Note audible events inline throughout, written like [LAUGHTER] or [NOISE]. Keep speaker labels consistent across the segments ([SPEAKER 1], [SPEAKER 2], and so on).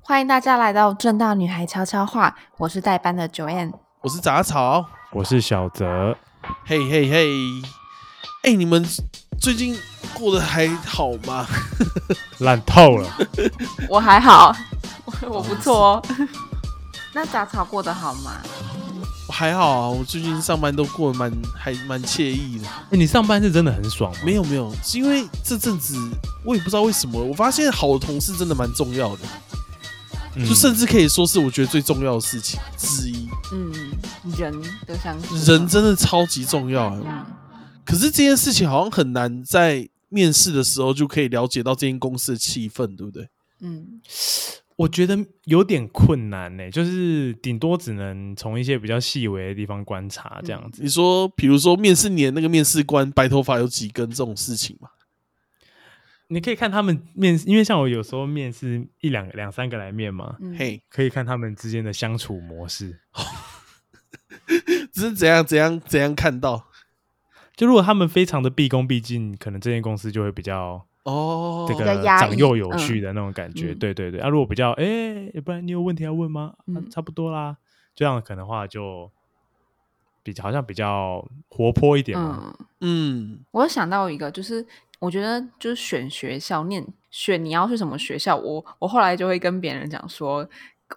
[SPEAKER 1] 欢迎大家来到正大女孩悄悄话，我是代班的 Joanne。
[SPEAKER 2] 我是杂草，
[SPEAKER 3] 我是小泽，
[SPEAKER 2] 嘿嘿嘿，哎，你们最近过得还好吗？
[SPEAKER 3] 烂透 [LAUGHS] 了。
[SPEAKER 1] 我还好，我我不错哦。那杂草过得好吗？
[SPEAKER 2] 我还好啊，我最近上班都过得蛮还蛮惬意的。
[SPEAKER 3] 哎、你上班是真的很爽吗？
[SPEAKER 2] 没有没有，是因为这阵子我也不知道为什么，我发现好的同事真的蛮重要的，
[SPEAKER 3] 嗯
[SPEAKER 2] 就甚至可以说是我觉得最重要的事情之一。
[SPEAKER 1] 嗯，人的相处，
[SPEAKER 2] 人真的超级重要、啊，
[SPEAKER 1] 嗯，
[SPEAKER 2] 可是这件事情好像很难在面试的时候就可以了解到这间公司的气氛，对不对？
[SPEAKER 1] 嗯
[SPEAKER 3] 我觉得有点困难呢、就是顶多只能从一些比较细微的地方观察这样子。
[SPEAKER 2] 你说，比如说面试你的那个面试官白头发有几根这种事情嘛？
[SPEAKER 3] 你可以看他们面试，因为像我有时候面试一两个、两三个来面嘛，
[SPEAKER 1] 嗯，
[SPEAKER 2] 嘿，
[SPEAKER 3] 可以看他们之间的相处模式。
[SPEAKER 2] 只是怎样怎样怎样看到
[SPEAKER 3] 就如果他们非常的毕恭毕敬，可能这间公司就会比较
[SPEAKER 2] 哦，
[SPEAKER 3] 这
[SPEAKER 1] 比
[SPEAKER 3] 个
[SPEAKER 1] 较压抑
[SPEAKER 3] 长幼有序的那种感觉。
[SPEAKER 1] 嗯
[SPEAKER 3] 对对对，啊，如果比较哎、诶不然你有问题要问吗？啊
[SPEAKER 1] 嗯
[SPEAKER 3] 差不多啦，这样可能话就比较好像比较活泼一点嘛。
[SPEAKER 1] 嗯，
[SPEAKER 2] 嗯，
[SPEAKER 1] 我有想到一个，就是我觉得就是选学校念选你要去什么学校，我我后来就会跟别人讲说，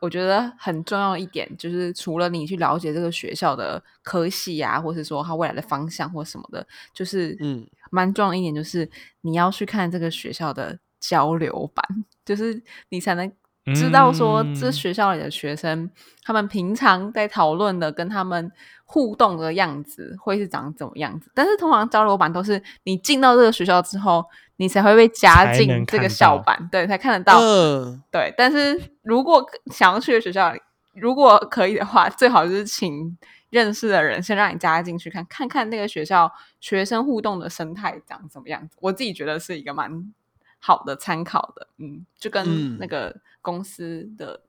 [SPEAKER 1] 我觉得很重要一点就是除了你去了解这个学校的科系啊，或是说它未来的方向或什么的，就是
[SPEAKER 2] 嗯
[SPEAKER 1] 蛮重要一点就是你要去看这个学校的交流版，就是你才能知道说这
[SPEAKER 3] 嗯
[SPEAKER 1] 学校里的学生、他们平常在讨论的跟他们互动的样子会是长怎么样子。但是通常交流版都是你进到这个学校之后，你才会被夹
[SPEAKER 3] 才
[SPEAKER 1] 进
[SPEAKER 3] 能
[SPEAKER 1] 这个
[SPEAKER 3] 看
[SPEAKER 1] 校
[SPEAKER 3] 到
[SPEAKER 1] 版，对，才看得到。
[SPEAKER 2] 嗯，
[SPEAKER 1] 对，但是如果想要去的学校里，如果可以的话，最好就是请认识的人先让你加进去看，看看那个学校学生互动的生态长什么样子。我自己觉得是一个蛮好的参考的，嗯，就跟
[SPEAKER 2] 嗯
[SPEAKER 1] 那个公司的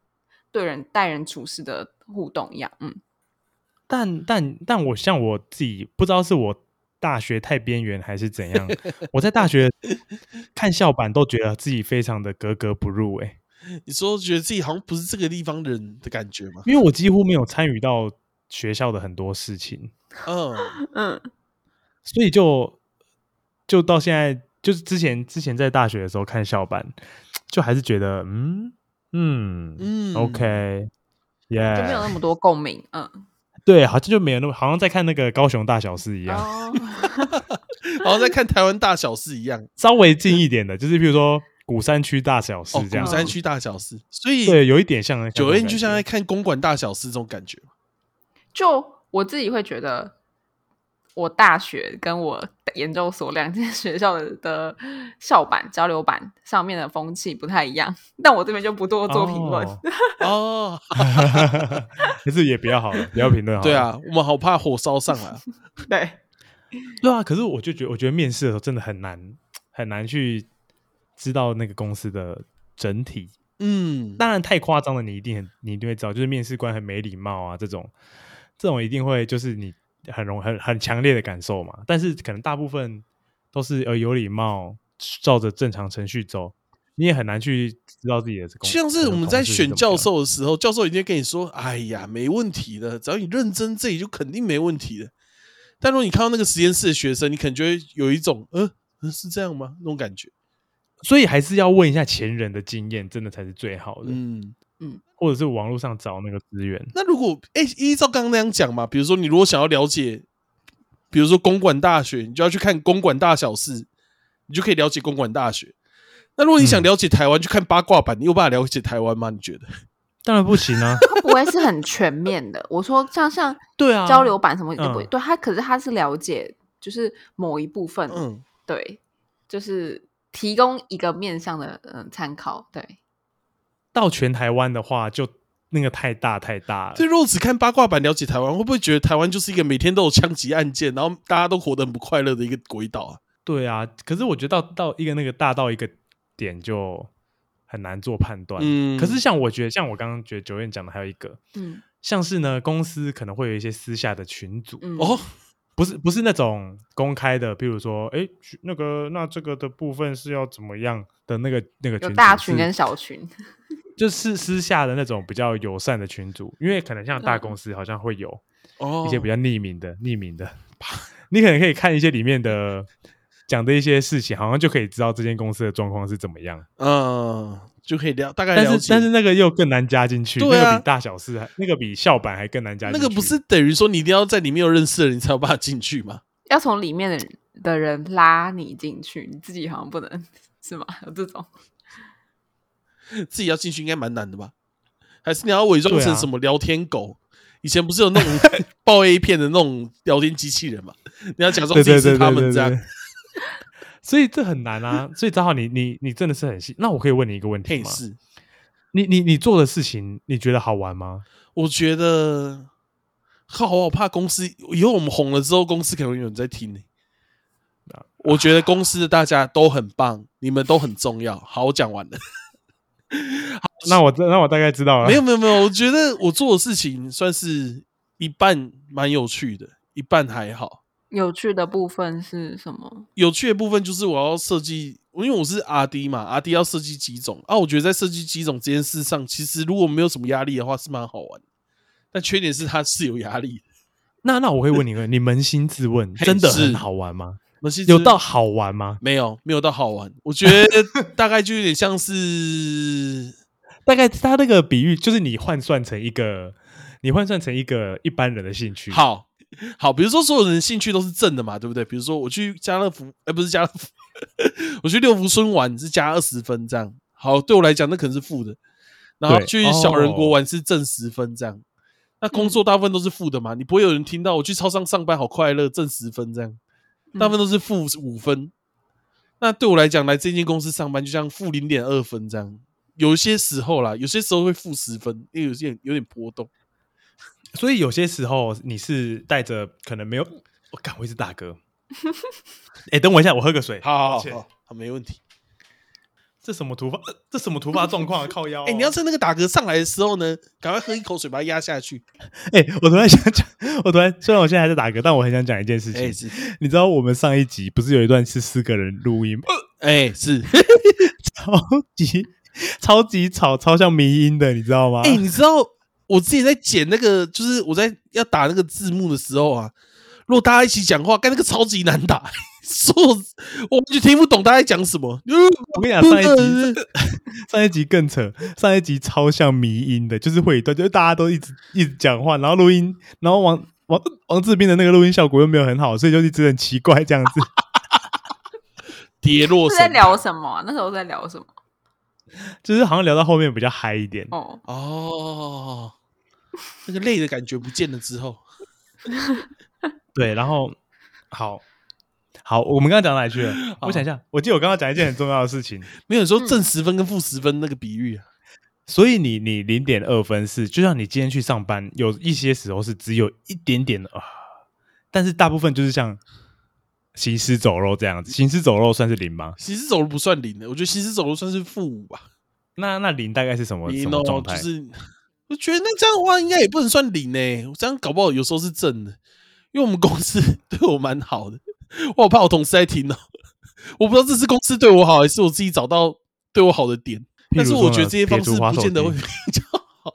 [SPEAKER 1] 对人待人处事的互动一样，嗯
[SPEAKER 3] 但但但我像我自己，不知道是我大学太边缘还是怎样，我在
[SPEAKER 1] [LAUGHS]
[SPEAKER 3] 大学看校版都觉得自己非常的格格不入哎、
[SPEAKER 2] 你说觉得自己好像不是这个地方人的感觉吗？
[SPEAKER 3] 因为我几乎没有参与到学校的很多事情，
[SPEAKER 2] 嗯，
[SPEAKER 1] 嗯
[SPEAKER 3] 所以就就到现在，就是之前之前在大学的时候看校版，就还是觉得嗯嗯
[SPEAKER 2] 嗯
[SPEAKER 3] o k 耶、
[SPEAKER 1] 就没有那么多共鸣，嗯，
[SPEAKER 3] 对，好像就没有那么，好像在看那个高雄大小事一样，
[SPEAKER 1] 哦，
[SPEAKER 2] 好像在看台湾大小事一样，
[SPEAKER 3] 稍微近一点的，就是比如说古山区大小事
[SPEAKER 2] 哦，
[SPEAKER 3] 这样
[SPEAKER 2] 鼓
[SPEAKER 3] 子，
[SPEAKER 2] 山区大小事，所以
[SPEAKER 3] 对，有一点像那
[SPEAKER 2] 九
[SPEAKER 3] 个
[SPEAKER 2] 恩就像在看公馆大小事这种感觉。
[SPEAKER 1] 就我自己会觉得，我大学跟我研究所两间 [LAUGHS] 学校的的校版交流版上面的风气不太一样，但我这边就不多做评论。
[SPEAKER 3] 哦 [LAUGHS]
[SPEAKER 2] 哦，
[SPEAKER 3] 还 [LAUGHS] 是也比较好了，不要评论
[SPEAKER 2] [LAUGHS]
[SPEAKER 3] 好。
[SPEAKER 2] 对，啊，我们好怕火烧上来啊。
[SPEAKER 1] [LAUGHS] 对，
[SPEAKER 3] 对啊。可是我就觉得，我觉得面试的时候真的很难，很难去知道那个公司的整体。
[SPEAKER 2] 嗯，
[SPEAKER 3] 当然，太夸张了，你一定很，你一定会知道，就是面试官很没礼貌啊，这种，这种一定会就是你很容很很强烈的感受嘛。但是可能大部分都是呃有礼貌，照着正常程序走，你也很难去知道自己的公
[SPEAKER 2] 就像
[SPEAKER 3] 可
[SPEAKER 2] 是我
[SPEAKER 3] 能
[SPEAKER 2] 们
[SPEAKER 3] 同
[SPEAKER 2] 在
[SPEAKER 3] 事
[SPEAKER 2] 选
[SPEAKER 3] 怎么
[SPEAKER 2] 教
[SPEAKER 3] 样
[SPEAKER 2] 授的时候，教授一定会跟你说：“哎呀，没问题的，只要你认真，这里就肯定没问题的。”但如果你看到那个实验室的学生，你可能就会有一种“呃，呃是这样吗？”那种感觉。
[SPEAKER 3] 所以还是要问一下前人的经验，真的才是最好的，
[SPEAKER 2] 嗯，
[SPEAKER 3] 或者是网络上找那个资源。
[SPEAKER 2] 那如果哎、依照刚刚那样讲嘛，比如说你如果想要了解，比如说公馆大学，你就要去看公馆大小事，你就可以了解公馆大学。那如果你想
[SPEAKER 3] 嗯
[SPEAKER 2] 了解台湾，去看八卦版，你有办法了解台湾吗？你觉得？
[SPEAKER 3] 当然不行啊，
[SPEAKER 1] [LAUGHS] 它不会是很全面的。我说像像
[SPEAKER 3] 对啊，
[SPEAKER 1] [LAUGHS] 交流版什么就不会，
[SPEAKER 3] 嗯
[SPEAKER 1] 对它可是它是了解就是某一部分，
[SPEAKER 2] 嗯，
[SPEAKER 1] 对，就是提供一个面向的嗯参考，对。
[SPEAKER 3] 到全台湾的话，就那个太大太大了
[SPEAKER 2] 所。以如果只看八卦版了解台湾，会不会觉得台湾就是一个每天都有枪击案件，然后大家都活得很不快乐的一个鬼岛啊？
[SPEAKER 3] 对啊，可是我觉得到到一个那个大到一个点就很难做判断。
[SPEAKER 2] 嗯
[SPEAKER 3] 可是像我觉得，像我刚刚觉得九院讲的还有一个，
[SPEAKER 1] 嗯
[SPEAKER 3] 像是呢，公司可能会有一些私下的群组，
[SPEAKER 1] 嗯
[SPEAKER 2] 哦，
[SPEAKER 3] 不是不是那种公开的，比如说，哎，去那个那这个的部分是要怎么样的那个那个
[SPEAKER 1] 有
[SPEAKER 3] 群组
[SPEAKER 1] 大群
[SPEAKER 3] 是
[SPEAKER 1] 跟小群，
[SPEAKER 3] 就私私下的那种比较友善的群组，因为可能像
[SPEAKER 1] 嗯
[SPEAKER 3] 大公司好像会有
[SPEAKER 2] 哦，
[SPEAKER 3] 一些比较匿名的、匿名的，你可能可以看一些里面的讲的一些事情，好像就可以知道这间公司的状况是怎么样。
[SPEAKER 2] 嗯，就可以了，大概
[SPEAKER 3] 但
[SPEAKER 2] 了
[SPEAKER 3] 是
[SPEAKER 2] 解。
[SPEAKER 3] 但是那个又更难加进去，
[SPEAKER 2] 对啊
[SPEAKER 3] 那个比大小事还那个比校版还更难加
[SPEAKER 2] 那
[SPEAKER 3] 进去。
[SPEAKER 2] 个不是等于说你一定要在里面有认识的人，你才有办法进去吗？
[SPEAKER 1] 要从里面的人的人拉你进去，你自己好像不能 [LAUGHS] 是吗？有这种
[SPEAKER 2] 自己要进去应该蛮难的吧？还是你要伪装
[SPEAKER 3] 对
[SPEAKER 2] 成
[SPEAKER 3] 啊
[SPEAKER 2] 什么聊天狗？以前不是有那
[SPEAKER 3] [LAUGHS]
[SPEAKER 2] 种爆 A 片的那种聊天机器人嘛？你要假装
[SPEAKER 3] 对
[SPEAKER 2] 自己
[SPEAKER 3] 对
[SPEAKER 2] 是
[SPEAKER 3] 对
[SPEAKER 2] 他
[SPEAKER 3] 对
[SPEAKER 2] 们
[SPEAKER 3] 对
[SPEAKER 2] 这样
[SPEAKER 3] 对。 [LAUGHS] 所以这很难啊，所以正好你你你真的是很细。那我可以问你一个问题
[SPEAKER 2] 配
[SPEAKER 3] 吗？
[SPEAKER 2] 饰。
[SPEAKER 3] 你你你做的事情，你觉得好玩吗？
[SPEAKER 2] 我觉得，靠，我好怕公司以后我们红了之后，公司可能有人在听呢、我觉得公司的大家都很棒，你们都很重要。好，我讲完了。
[SPEAKER 3] 那我那我大概知道了。
[SPEAKER 2] 没有没有没有，我觉得我做的事情算是一半蛮有趣的，一半还好。
[SPEAKER 1] 有趣的部分是什么？
[SPEAKER 2] 有趣的部分就是我要设计，因为我是 R D 嘛，R D 要设计几种啊。我觉得在设计几种这件事上，其实如果没有什么压力的话，是蛮好玩的。但缺点是它是有压力的，
[SPEAKER 3] 那那我会问你一个，你扪心自问，
[SPEAKER 2] 嘿
[SPEAKER 3] 真的
[SPEAKER 2] 是
[SPEAKER 3] 很好玩吗？
[SPEAKER 2] 那其实
[SPEAKER 3] 有到好玩吗？
[SPEAKER 2] 没有没有到好玩，我觉得大概就有点像是
[SPEAKER 3] 大概他那个比喻就是你换算成一个，你换算成一个一般人的兴趣。，
[SPEAKER 2] 好好，比如说所有人兴趣都是正的嘛，对不对？比如说我去家乐福，哎、不是家乐福， [LAUGHS] 我去六福村玩是加二十分这样。好，对我来讲那可能是负的。然后
[SPEAKER 3] 对
[SPEAKER 2] 去小人国
[SPEAKER 3] 哦
[SPEAKER 2] 玩是正十分这样。那工作大部分都是负的嘛，你不会有人听到我去超商上班好快乐，正十分这样，大部分都是负五分。那对我来讲，来这间公司上班就像负零点二分这样。有一些时候啦，有些时候会负十分，因为有些有点波动。
[SPEAKER 3] 所以有些时候你是带着可能没有，我、干，我一直打嗝。哎、等我一下，我喝个水。
[SPEAKER 2] 好好
[SPEAKER 3] 抱歉
[SPEAKER 2] 好，好，没问题。
[SPEAKER 3] 这什么突发？呃这什么突发状况啊？靠腰、哦！
[SPEAKER 2] 哎、你要趁那个打嗝上来的时候呢，赶快喝一口水把它压下去。
[SPEAKER 3] [LAUGHS] 哎、我突然想讲，我突然虽然我现在还在打嗝，但我很想讲一件事情。
[SPEAKER 2] 哎、是，
[SPEAKER 3] 你知道我们上一集不是有一段是四个人录音吗，
[SPEAKER 2] 哎、是，呃
[SPEAKER 3] 超级超级吵，超像迷音的，你知道吗？
[SPEAKER 2] 哎、你知道我自己在剪那个，就是我在要打那个字幕的时候啊，如果大家一起讲话，干那个超级难打，说我完全听不懂大家在讲什么。呃
[SPEAKER 3] 我跟你讲，上一集上一集更扯，上一集超像迷音的，就是会有一段，就是大家都一直一直讲话，然后录音，然后王王王志斌的那个录音效果又没有很好，所以就一直很奇怪这样子。
[SPEAKER 2] 跌落
[SPEAKER 1] 是在
[SPEAKER 2] 神
[SPEAKER 1] 聊什么啊、那时候在聊什么？
[SPEAKER 3] 就是好像聊到后面比较嗨一点。
[SPEAKER 1] 哦，
[SPEAKER 2] 哦，那个累的感觉不见了之后，
[SPEAKER 3] 对，然后好好，我们刚刚讲到哪里去了？
[SPEAKER 2] 好
[SPEAKER 3] 我想一下，我记得我刚刚讲一件很重要的事情，
[SPEAKER 2] 没有你说
[SPEAKER 1] 嗯
[SPEAKER 2] 正十分跟负十分那个比喻啊。
[SPEAKER 3] 所以你你零点二分是，就像你今天去上班，有一些时候是只有一点点的啊、但是大部分就是像行尸走肉这样子，行尸走肉算是零吗？
[SPEAKER 2] 行尸走肉不算零的，我觉得行尸走肉算是负五吧。
[SPEAKER 3] 那那零大概是什么
[SPEAKER 2] 你
[SPEAKER 3] 什
[SPEAKER 2] know，
[SPEAKER 3] 么状态？
[SPEAKER 2] 就是我觉得那这样的话应该也不能算零呢、这样搞不好有时候是正的，因为我们公司 [LAUGHS] 对我蛮好的，我好怕我同事在听哦、我不知道这是公司对我好，还是我自己找到对我好的点，
[SPEAKER 3] 譬
[SPEAKER 2] 但是
[SPEAKER 3] 如说
[SPEAKER 2] 我
[SPEAKER 3] 呢
[SPEAKER 2] 觉得这些方
[SPEAKER 3] 撇
[SPEAKER 2] 式
[SPEAKER 3] 除滑
[SPEAKER 2] 不
[SPEAKER 3] 手
[SPEAKER 2] 见得
[SPEAKER 3] 机
[SPEAKER 2] 会比较好。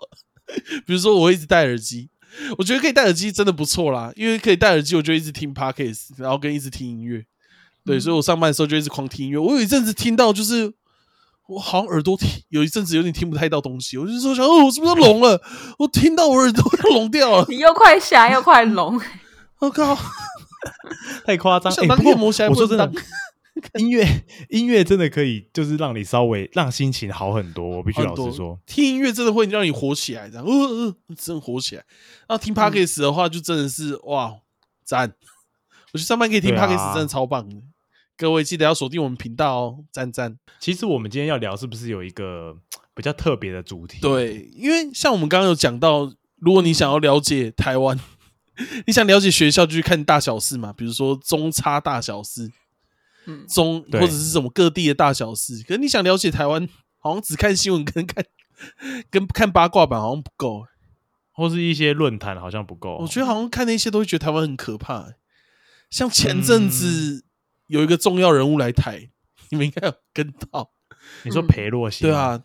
[SPEAKER 2] 比如说，我会一直戴耳机，我觉得可以戴耳机真的不错啦，因为可以戴耳机，我就一直听 podcast，然后跟一直听音乐。对，
[SPEAKER 1] 嗯
[SPEAKER 2] 所以我上班的时候就一直狂听音乐。我有一阵子听到就是我好像耳朵听有一阵子有点听不太到东西，我就说想哦，我是不是聋了？我听到我耳朵要聋
[SPEAKER 3] [LAUGHS]
[SPEAKER 2] 掉了，
[SPEAKER 1] 你又快瞎又快聋，
[SPEAKER 2] 我、靠！
[SPEAKER 3] 太夸张。
[SPEAKER 2] 想
[SPEAKER 3] 哎
[SPEAKER 2] 当
[SPEAKER 3] 不过
[SPEAKER 2] 夜魔侠也
[SPEAKER 3] 我
[SPEAKER 2] 不
[SPEAKER 3] 说
[SPEAKER 2] 能
[SPEAKER 3] 真的，音乐音乐真的可以，就是让你稍微让心情好很多。我必须
[SPEAKER 2] 很
[SPEAKER 3] 老
[SPEAKER 2] 多
[SPEAKER 3] 实说，
[SPEAKER 2] 听音乐真的会让你火起来，这样，呃呃，真的火起来。然后
[SPEAKER 3] 嗯
[SPEAKER 2] 听 podcast 的话，就真的是哇，赞！我去上班可以听
[SPEAKER 3] 对啊
[SPEAKER 2] podcast，真的超棒的。各位记得要锁定我们频道哦，赞赞。
[SPEAKER 3] 其实我们今天要聊是不是有一个嘖比较特别的主题？，
[SPEAKER 2] 对，因为像我们刚刚有讲到，如果你想要了解台湾， [LAUGHS] 你想了解学校，就去看大小事嘛，比如说中差大小事、
[SPEAKER 1] [LAUGHS] 嗯，
[SPEAKER 2] 中或
[SPEAKER 3] 对
[SPEAKER 2] 者是什么各地的大小事。可是你想了解台湾，好像只看新闻跟看跟看八卦版好像不够。
[SPEAKER 3] 或是一些论坛好像不够。
[SPEAKER 2] 我觉得好像看那些都会觉得台湾很可怕、欸像
[SPEAKER 3] 嗯
[SPEAKER 2] 前阵子有一 [LAUGHS] 个重要人物来台，你们应该有跟到，
[SPEAKER 3] 你说裴洛西，
[SPEAKER 2] 嗯对，啊，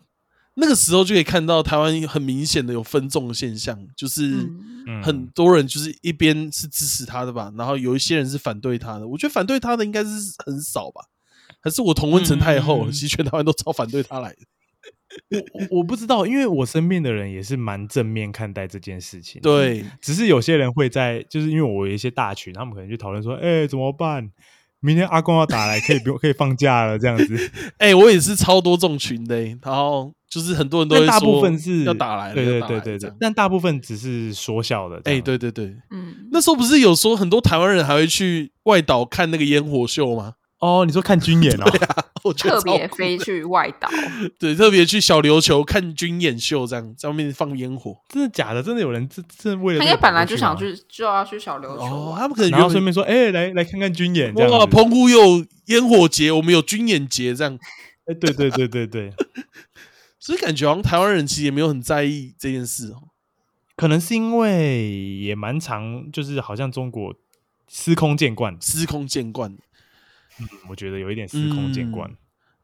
[SPEAKER 2] 那个时候就可以看到台湾很明显的有分众的现象，就是
[SPEAKER 1] 嗯
[SPEAKER 3] 嗯
[SPEAKER 2] 很多人就是一边是支持他的吧，然后有一些人是反对他的。我觉得反对他的应该是很少吧，还是我同温层太厚
[SPEAKER 3] 嗯嗯
[SPEAKER 2] 了，
[SPEAKER 3] 嗯
[SPEAKER 2] 其实全台湾都超反对他来的。
[SPEAKER 3] 我我不知道，因为我身边的人也是蛮正面看待这件事情。，
[SPEAKER 2] 对，
[SPEAKER 3] 只是有些人会在，就是因为我有一些大群，他们可能就讨论说，哎、怎么办？明天阿公要打来，可以不用，可以放假了这
[SPEAKER 2] [LAUGHS]
[SPEAKER 3] 样子。
[SPEAKER 2] [LAUGHS] 哎、我也是超多众群的欸、然后就是很多人都
[SPEAKER 3] 但
[SPEAKER 2] 会
[SPEAKER 3] 大
[SPEAKER 2] 说
[SPEAKER 3] 部分是
[SPEAKER 2] 要打来了，
[SPEAKER 3] 对对
[SPEAKER 2] 要打来
[SPEAKER 3] 对
[SPEAKER 2] 了
[SPEAKER 3] 对
[SPEAKER 2] 这
[SPEAKER 3] 对
[SPEAKER 2] 样。
[SPEAKER 3] 但大部分只是说笑的。
[SPEAKER 2] 哎、
[SPEAKER 3] 哎、
[SPEAKER 2] 对对对，
[SPEAKER 1] 嗯，
[SPEAKER 2] 那时候不是有说很多台湾人还会去外岛看那个烟火秀吗？
[SPEAKER 3] 哦，你说看军演哦，
[SPEAKER 2] [LAUGHS] 我觉得
[SPEAKER 1] 特别
[SPEAKER 2] 超酷
[SPEAKER 1] 飞去外岛，
[SPEAKER 2] 对，特别去小琉球看军演秀，这样在外面放烟火。
[SPEAKER 3] [LAUGHS] 真的假的？真的有人真真的为了
[SPEAKER 1] 他
[SPEAKER 3] 这
[SPEAKER 1] 应该
[SPEAKER 3] 个
[SPEAKER 1] 本来
[SPEAKER 3] 跑
[SPEAKER 1] 就
[SPEAKER 3] 过
[SPEAKER 1] 想
[SPEAKER 3] 吗，
[SPEAKER 1] 去，就要去小琉球啊
[SPEAKER 2] 哦，
[SPEAKER 1] 玩。
[SPEAKER 2] 他们可能
[SPEAKER 3] 然后
[SPEAKER 2] 原本
[SPEAKER 3] 顺便说，哎、来来看看军演这样
[SPEAKER 2] 哇，
[SPEAKER 3] 子。
[SPEAKER 2] 澎湖有烟火节，我们有军演节，这样，
[SPEAKER 3] 哎、对对对对对，
[SPEAKER 2] 所以感觉好像台湾人其实也没有很在意这件事哦。
[SPEAKER 3] 可能是因为也蛮常，就是好像中国司空见惯，
[SPEAKER 2] 司空见惯。
[SPEAKER 3] 我觉得有一点司空见惯。
[SPEAKER 2] 嗯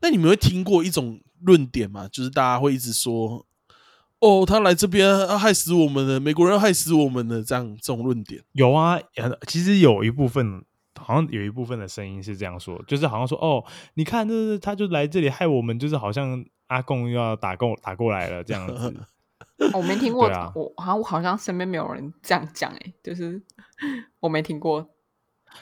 [SPEAKER 2] 那你们会听过一种论点吗？就是大家会一直说，哦，他来这边啊害死我们了，美国人害死我们了，这样这种论点。
[SPEAKER 3] 有啊，呃其实有一部分。好像有一部分的声音是这样说，就是好像说哦，你看，就是他就来这里害我们，就是好像阿贡又要打过打过来了这样子。
[SPEAKER 1] 哦我没听过，
[SPEAKER 3] 对啊
[SPEAKER 1] 我好像我好像身边没有人这样讲，哎，就是我没听过。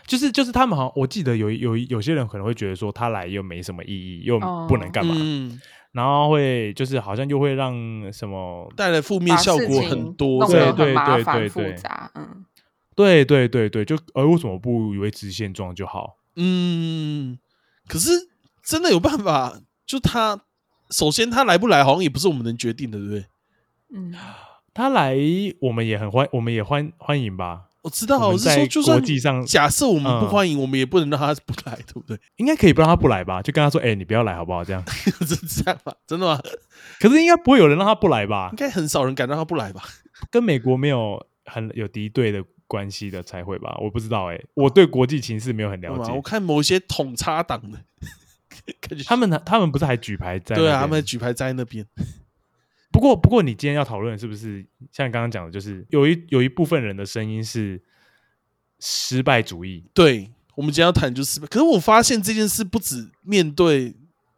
[SPEAKER 3] 就是就是他们好像我记得有有有些人可能会觉得说他来又没什么意义，又
[SPEAKER 1] 哦
[SPEAKER 3] 不能干嘛，
[SPEAKER 2] 嗯，
[SPEAKER 3] 然后会就是好像又会让什么。
[SPEAKER 2] 带来负面效果很多
[SPEAKER 1] 把事情
[SPEAKER 2] 这样。
[SPEAKER 1] 弄得很麻
[SPEAKER 3] 对
[SPEAKER 1] 烦
[SPEAKER 3] 对对对
[SPEAKER 1] 复杂，嗯，
[SPEAKER 3] 对对对对，就呃为什么不维持现状就好？
[SPEAKER 2] 嗯，可是真的有办法？就他，首先他来不来，好像也不是我们能决定的，对不对？
[SPEAKER 1] 嗯，
[SPEAKER 3] 他来我们也很欢，我们也欢欢迎吧，
[SPEAKER 2] 我知道啊，
[SPEAKER 3] 我们
[SPEAKER 2] 我是说，
[SPEAKER 3] 在
[SPEAKER 2] 就算
[SPEAKER 3] 国际上
[SPEAKER 2] 假设我们不
[SPEAKER 3] 嗯
[SPEAKER 2] 欢迎，我们也不能让他不来，对不对？ [LAUGHS]
[SPEAKER 3] 应该可以不让他不来吧？就跟他说，哎、你不要来好不好？这样，
[SPEAKER 2] 是这样吧？真的吗？
[SPEAKER 3] 可是应该不会有人让他不来吧
[SPEAKER 2] 应？该很少人敢让他不来吧？
[SPEAKER 3] 跟美国没有很有敌对的关系的才会吧？我不知道哎、我对国际情势没有很
[SPEAKER 2] 对
[SPEAKER 3] 了
[SPEAKER 2] 吧？我
[SPEAKER 3] 解。
[SPEAKER 2] 看某一些统插党的， [LAUGHS] 感觉
[SPEAKER 3] 他们他们不是还举牌在
[SPEAKER 2] 对啊，
[SPEAKER 3] 那
[SPEAKER 2] 他
[SPEAKER 3] 边
[SPEAKER 2] 们举牌在那边，
[SPEAKER 3] 不过，不过，你今天要讨论的是不是像你刚刚讲的，就是有一有一部分人的声音是失败主义，
[SPEAKER 2] 对我们今天要谈就是，可是我发现这件事不止面对